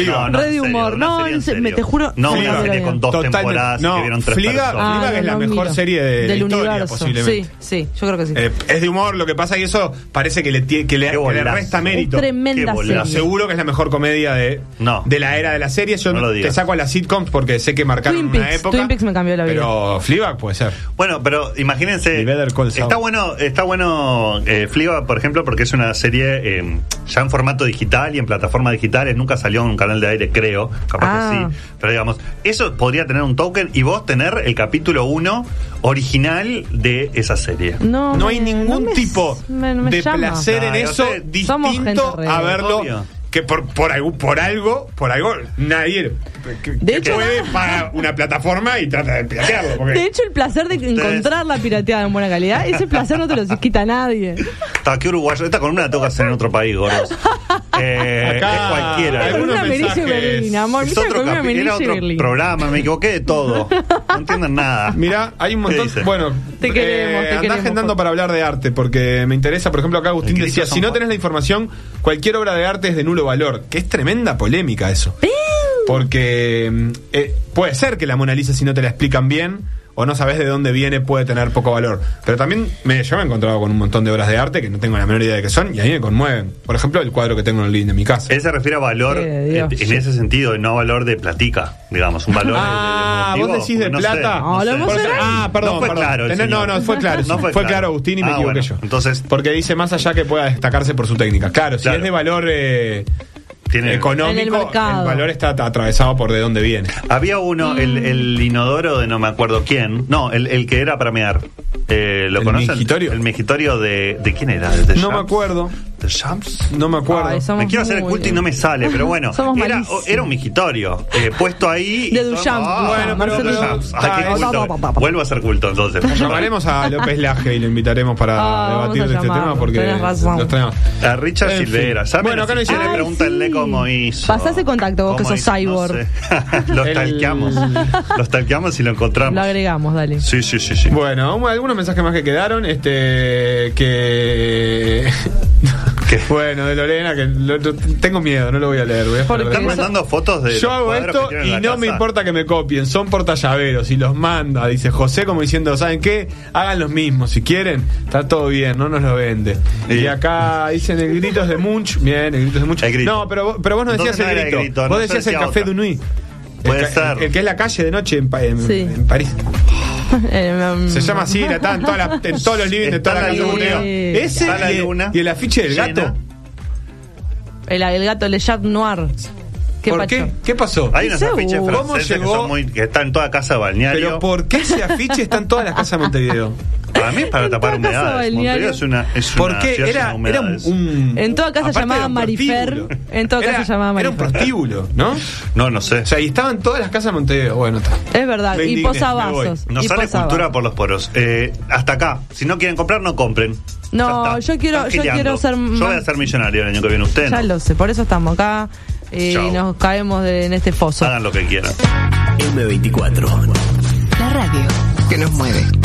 [SPEAKER 3] No, no,
[SPEAKER 5] Re
[SPEAKER 3] en
[SPEAKER 5] de
[SPEAKER 3] serio,
[SPEAKER 5] humor.
[SPEAKER 3] una
[SPEAKER 5] No,
[SPEAKER 3] serie en
[SPEAKER 5] en se-
[SPEAKER 3] serio.
[SPEAKER 5] me- te juro,
[SPEAKER 3] No,
[SPEAKER 5] se me
[SPEAKER 3] una
[SPEAKER 5] cambió la
[SPEAKER 3] serie
[SPEAKER 5] vida.
[SPEAKER 3] con dos
[SPEAKER 4] Totalmente.
[SPEAKER 3] temporadas y
[SPEAKER 4] No,
[SPEAKER 3] que vieron tres
[SPEAKER 4] Fleabag-
[SPEAKER 3] personas.
[SPEAKER 4] Ah, Fleabag es la
[SPEAKER 5] no
[SPEAKER 4] mejor serie de- de
[SPEAKER 5] Del
[SPEAKER 4] la historia,
[SPEAKER 5] universo.
[SPEAKER 4] posiblemente.
[SPEAKER 5] Sí, sí, yo creo que sí.
[SPEAKER 4] Eh, es de humor, lo que pasa y eso parece que le, tie- que le,
[SPEAKER 3] Qué
[SPEAKER 4] que le
[SPEAKER 3] bolazo.
[SPEAKER 4] resta mérito.
[SPEAKER 5] Es tremenda
[SPEAKER 3] Qué bolazo.
[SPEAKER 5] serie.
[SPEAKER 4] Seguro que es la mejor comedia de,
[SPEAKER 3] No.
[SPEAKER 4] de la era de las series. Yo
[SPEAKER 3] No lo
[SPEAKER 4] te
[SPEAKER 3] digas.
[SPEAKER 4] saco a las sitcoms porque sé que marcaron
[SPEAKER 5] Twin
[SPEAKER 4] una
[SPEAKER 5] Peaks.
[SPEAKER 4] época.
[SPEAKER 5] Twin Peaks me cambió la vida.
[SPEAKER 4] Pero Fleabag puede ser.
[SPEAKER 3] Bueno, pero imagínense.
[SPEAKER 4] Y Better Call Saul.
[SPEAKER 3] Está bueno, está bueno eh, Fleabag, por ejemplo, porque es una serie eh, ya en formato digital y en plataformas digitales. Nunca salió en un canal de aire, creo. Capaz
[SPEAKER 5] Ah.
[SPEAKER 3] que sí. Pero digamos, eso podría tener un token y vos tener el capítulo 1 original de esa serie.
[SPEAKER 5] no,
[SPEAKER 4] No hay
[SPEAKER 5] me-
[SPEAKER 4] ningún
[SPEAKER 5] no me-
[SPEAKER 4] tipo
[SPEAKER 5] me- no me
[SPEAKER 4] de
[SPEAKER 5] llama.
[SPEAKER 4] placer en
[SPEAKER 3] No, yo
[SPEAKER 4] eso
[SPEAKER 3] sé.
[SPEAKER 5] Somos gente
[SPEAKER 4] distinto
[SPEAKER 5] re-
[SPEAKER 4] a verlo
[SPEAKER 3] Obvio.
[SPEAKER 4] que por, por, algo, por algo, por algo, nadie que,
[SPEAKER 5] De
[SPEAKER 4] que
[SPEAKER 5] hecho-
[SPEAKER 4] puede pagar una plataforma y trata de piratearlo. porque-
[SPEAKER 5] De hecho, el placer de encontrar la pirateada en buena calidad, ese placer no te lo quita nadie.
[SPEAKER 3] Está aquí uruguayo. Esta columna la tengo que hacer en otro país, gordos. Eh,
[SPEAKER 4] Acá-
[SPEAKER 3] es cualquiera. ¿eh?
[SPEAKER 5] Con
[SPEAKER 4] Algunos
[SPEAKER 5] una Merilla y
[SPEAKER 4] mensajes.
[SPEAKER 5] Berlín, amor.
[SPEAKER 3] Es
[SPEAKER 5] Mira,
[SPEAKER 3] otro
[SPEAKER 5] con una
[SPEAKER 3] capi- era
[SPEAKER 5] Merilla y
[SPEAKER 3] otro
[SPEAKER 5] Berlín.
[SPEAKER 3] programa, me equivoqué de todo. No entienden nada.
[SPEAKER 4] Mirá, hay un montón.
[SPEAKER 3] dice?
[SPEAKER 4] Bueno, eh,
[SPEAKER 5] Te queremos, te
[SPEAKER 4] andá
[SPEAKER 5] queremos,
[SPEAKER 4] agendando
[SPEAKER 5] Jorge.
[SPEAKER 4] para hablar de arte, porque me interesa, por ejemplo, acá Agustín
[SPEAKER 3] El grito
[SPEAKER 4] decía:
[SPEAKER 3] son
[SPEAKER 4] si no
[SPEAKER 3] buenos.
[SPEAKER 4] tenés la información, cualquier obra de arte es de nulo valor, que es tremenda polémica eso. Porque mm, eh, puede ser que la Mona Lisa, si no te la explican bien o no sabes de dónde viene, puede tener poco valor. Pero también me, yo me he encontrado con un montón de obras de arte que no tengo la menor idea de qué son y a mí me conmueven. Por ejemplo, el cuadro que tengo en el living de mi casa.
[SPEAKER 3] Él se refiere a valor
[SPEAKER 5] Sí,
[SPEAKER 3] eh,
[SPEAKER 5] Dios.
[SPEAKER 3] en ese sentido, y no a valor de platica, digamos, un valor.
[SPEAKER 4] Ah,
[SPEAKER 3] de- de- de
[SPEAKER 4] vos decís de
[SPEAKER 3] no sé,
[SPEAKER 4] plata.
[SPEAKER 3] no
[SPEAKER 5] Ah, lo
[SPEAKER 3] sé.
[SPEAKER 5] hemos cerrado.
[SPEAKER 4] Ah, perdón,
[SPEAKER 3] No fue
[SPEAKER 4] perdón.
[SPEAKER 3] claro. el
[SPEAKER 4] Tenés- no,
[SPEAKER 3] señor.
[SPEAKER 4] no, fue claro.
[SPEAKER 3] No
[SPEAKER 4] fue, claro, Agustín, y me
[SPEAKER 3] Ah,
[SPEAKER 4] equivoqué
[SPEAKER 3] bueno,
[SPEAKER 4] yo.
[SPEAKER 3] Entonces,
[SPEAKER 4] Porque dice más allá que pueda destacarse por su técnica. Claro, si
[SPEAKER 3] Claro.
[SPEAKER 4] es de valor eh,
[SPEAKER 3] tiene.
[SPEAKER 4] económico,
[SPEAKER 5] En el mercado.
[SPEAKER 4] valor está at- atravesado por de dónde viene.
[SPEAKER 3] Había uno, el, el inodoro de no me acuerdo quién. No, el, el que era para mear. Eh, ¿Lo
[SPEAKER 4] ¿El
[SPEAKER 3] conocen?
[SPEAKER 4] migitorio?
[SPEAKER 3] El migitorio de. ¿De quién era? ¿De
[SPEAKER 4] No me
[SPEAKER 3] Shams?
[SPEAKER 4] acuerdo,
[SPEAKER 3] ¿De Shams?
[SPEAKER 4] no me acuerdo.
[SPEAKER 5] Ay, somos
[SPEAKER 3] me quiero hacer el
[SPEAKER 5] muy-
[SPEAKER 3] culto y no me sale, pero bueno,
[SPEAKER 5] Somos
[SPEAKER 3] era,
[SPEAKER 5] malísimos.
[SPEAKER 3] era un migitorio eh, puesto
[SPEAKER 5] De
[SPEAKER 3] ahí. y todo-
[SPEAKER 5] Duchamp.
[SPEAKER 3] Ah,
[SPEAKER 5] Bueno,
[SPEAKER 4] pero-
[SPEAKER 3] de Duchamp.
[SPEAKER 4] pero-
[SPEAKER 3] Ay, qué
[SPEAKER 4] Ah,
[SPEAKER 3] culto.
[SPEAKER 5] pa, pa, pa, pa.
[SPEAKER 3] Vuelvo a ser culto entonces.
[SPEAKER 4] Llamaremos a López Laje y lo invitaremos para
[SPEAKER 5] Ah, vamos
[SPEAKER 4] debatir
[SPEAKER 5] a
[SPEAKER 4] de este
[SPEAKER 5] llamarlo,
[SPEAKER 4] tema porque
[SPEAKER 5] tenés razón.
[SPEAKER 4] los tenemos.
[SPEAKER 3] A Richard
[SPEAKER 4] En fin.
[SPEAKER 3] Silvera.
[SPEAKER 4] Bueno,
[SPEAKER 3] Bueno,
[SPEAKER 4] acá
[SPEAKER 3] acá si
[SPEAKER 4] no hay-
[SPEAKER 3] quieren,
[SPEAKER 5] Ay,
[SPEAKER 3] pregúntenle
[SPEAKER 5] sí.
[SPEAKER 3] cómo hizo.
[SPEAKER 5] Pasá ese contacto, vos que
[SPEAKER 3] Cómo
[SPEAKER 5] sos
[SPEAKER 3] hizo, no
[SPEAKER 5] cyborg.
[SPEAKER 3] sé. lo
[SPEAKER 4] El-
[SPEAKER 3] talqueamos. Los talqueamos y lo encontramos.
[SPEAKER 5] Lo agregamos, dale.
[SPEAKER 3] sí, sí, sí, sí.
[SPEAKER 4] Bueno, un- algunos mensajes más que quedaron. Este. Que.
[SPEAKER 3] ¿Qué?
[SPEAKER 4] Bueno, de Lorena, que lo- lo- tengo miedo, no lo voy a leer. Voy a
[SPEAKER 5] Porque
[SPEAKER 4] esperar.
[SPEAKER 3] Están mandando fotos de.
[SPEAKER 4] Yo
[SPEAKER 3] los
[SPEAKER 4] hago
[SPEAKER 3] cuadros que
[SPEAKER 4] esto
[SPEAKER 3] tienen en
[SPEAKER 4] y
[SPEAKER 3] la
[SPEAKER 4] no me
[SPEAKER 3] casa.
[SPEAKER 4] importa que me copien, son portallaveros y los manda, dice José, como diciendo, ¿saben qué? Hagan los mismos, si quieren, está todo bien, no nos lo vende.
[SPEAKER 3] Sí.
[SPEAKER 4] Y acá dicen el gritos de Munch, bien, el gritos de Munch.
[SPEAKER 3] El grito.
[SPEAKER 4] No, pero, vos- pero vos no decías
[SPEAKER 3] Entonces no
[SPEAKER 4] el
[SPEAKER 3] era el
[SPEAKER 4] grito,
[SPEAKER 3] grito, no,
[SPEAKER 4] vos
[SPEAKER 3] yo
[SPEAKER 4] decías el
[SPEAKER 3] decía
[SPEAKER 4] café
[SPEAKER 3] otra.
[SPEAKER 4] Dunui.
[SPEAKER 3] Puede
[SPEAKER 4] el, ca-
[SPEAKER 3] ser.
[SPEAKER 4] el que es la calle de noche en, Pa- en-
[SPEAKER 5] Sí.
[SPEAKER 4] en París.
[SPEAKER 5] Eh, um,
[SPEAKER 4] Se llama así, la- está en, todas las- en todos los libros de
[SPEAKER 3] Está
[SPEAKER 4] toda la
[SPEAKER 3] la
[SPEAKER 4] calle
[SPEAKER 3] luna.
[SPEAKER 4] Montevideo. Ese
[SPEAKER 3] Está la
[SPEAKER 4] y el-
[SPEAKER 3] luna.
[SPEAKER 4] y el afiche del
[SPEAKER 3] Llena.
[SPEAKER 4] gato.
[SPEAKER 5] El, el gato Le Chat Noir.
[SPEAKER 2] ¿Qué
[SPEAKER 4] ¿Por
[SPEAKER 2] pacho?
[SPEAKER 4] qué? ¿Qué pasó?
[SPEAKER 3] Hay unos
[SPEAKER 5] Ese,
[SPEAKER 3] afiches
[SPEAKER 5] uh,
[SPEAKER 4] ¿cómo
[SPEAKER 3] franceses que,
[SPEAKER 4] llegó?
[SPEAKER 3] son muy, que están en toda casa de balneario.
[SPEAKER 4] Pero ¿por qué ese afiche está en todas las casas de Montevideo?
[SPEAKER 3] Para mí es para
[SPEAKER 5] En
[SPEAKER 3] tapar
[SPEAKER 5] toda casa de
[SPEAKER 3] humedades. Montevideo
[SPEAKER 5] balneario.
[SPEAKER 3] es una, es una
[SPEAKER 4] Porque
[SPEAKER 3] ciudad
[SPEAKER 4] era,
[SPEAKER 3] llena de
[SPEAKER 4] era un,
[SPEAKER 3] humedades.
[SPEAKER 4] un-
[SPEAKER 5] En todo caso
[SPEAKER 4] aparte
[SPEAKER 5] llamaba
[SPEAKER 4] era un
[SPEAKER 5] Marifer,
[SPEAKER 4] prostíbulo.
[SPEAKER 5] en todo caso
[SPEAKER 4] Era-
[SPEAKER 5] llamaba
[SPEAKER 4] Era un
[SPEAKER 5] Marifer.
[SPEAKER 4] prostíbulo, ¿no? O
[SPEAKER 3] No, no sé.
[SPEAKER 4] sea, y estaban todas las casas de Montevideo. Bueno, está.
[SPEAKER 5] Es verdad,
[SPEAKER 4] Me
[SPEAKER 5] y
[SPEAKER 4] indigné,
[SPEAKER 5] posavasos.
[SPEAKER 3] Nos
[SPEAKER 5] y
[SPEAKER 3] sale
[SPEAKER 5] posavasos.
[SPEAKER 3] cultura por los poros. Eh, hasta acá. Si no quieren comprar, no compren.
[SPEAKER 5] No,
[SPEAKER 3] Ya está.
[SPEAKER 5] yo quiero-
[SPEAKER 3] Están
[SPEAKER 5] yo
[SPEAKER 3] gileando.
[SPEAKER 5] quiero ser
[SPEAKER 3] Yo voy a
[SPEAKER 5] más-
[SPEAKER 3] ser millonario el año que viene. Usted
[SPEAKER 5] Ya
[SPEAKER 3] no.
[SPEAKER 5] lo sé, por eso estamos acá eh,
[SPEAKER 3] Chau.
[SPEAKER 5] y nos caemos de- en este foso.
[SPEAKER 3] hagan lo que quieran.
[SPEAKER 6] M24.
[SPEAKER 1] La radio que nos mueve.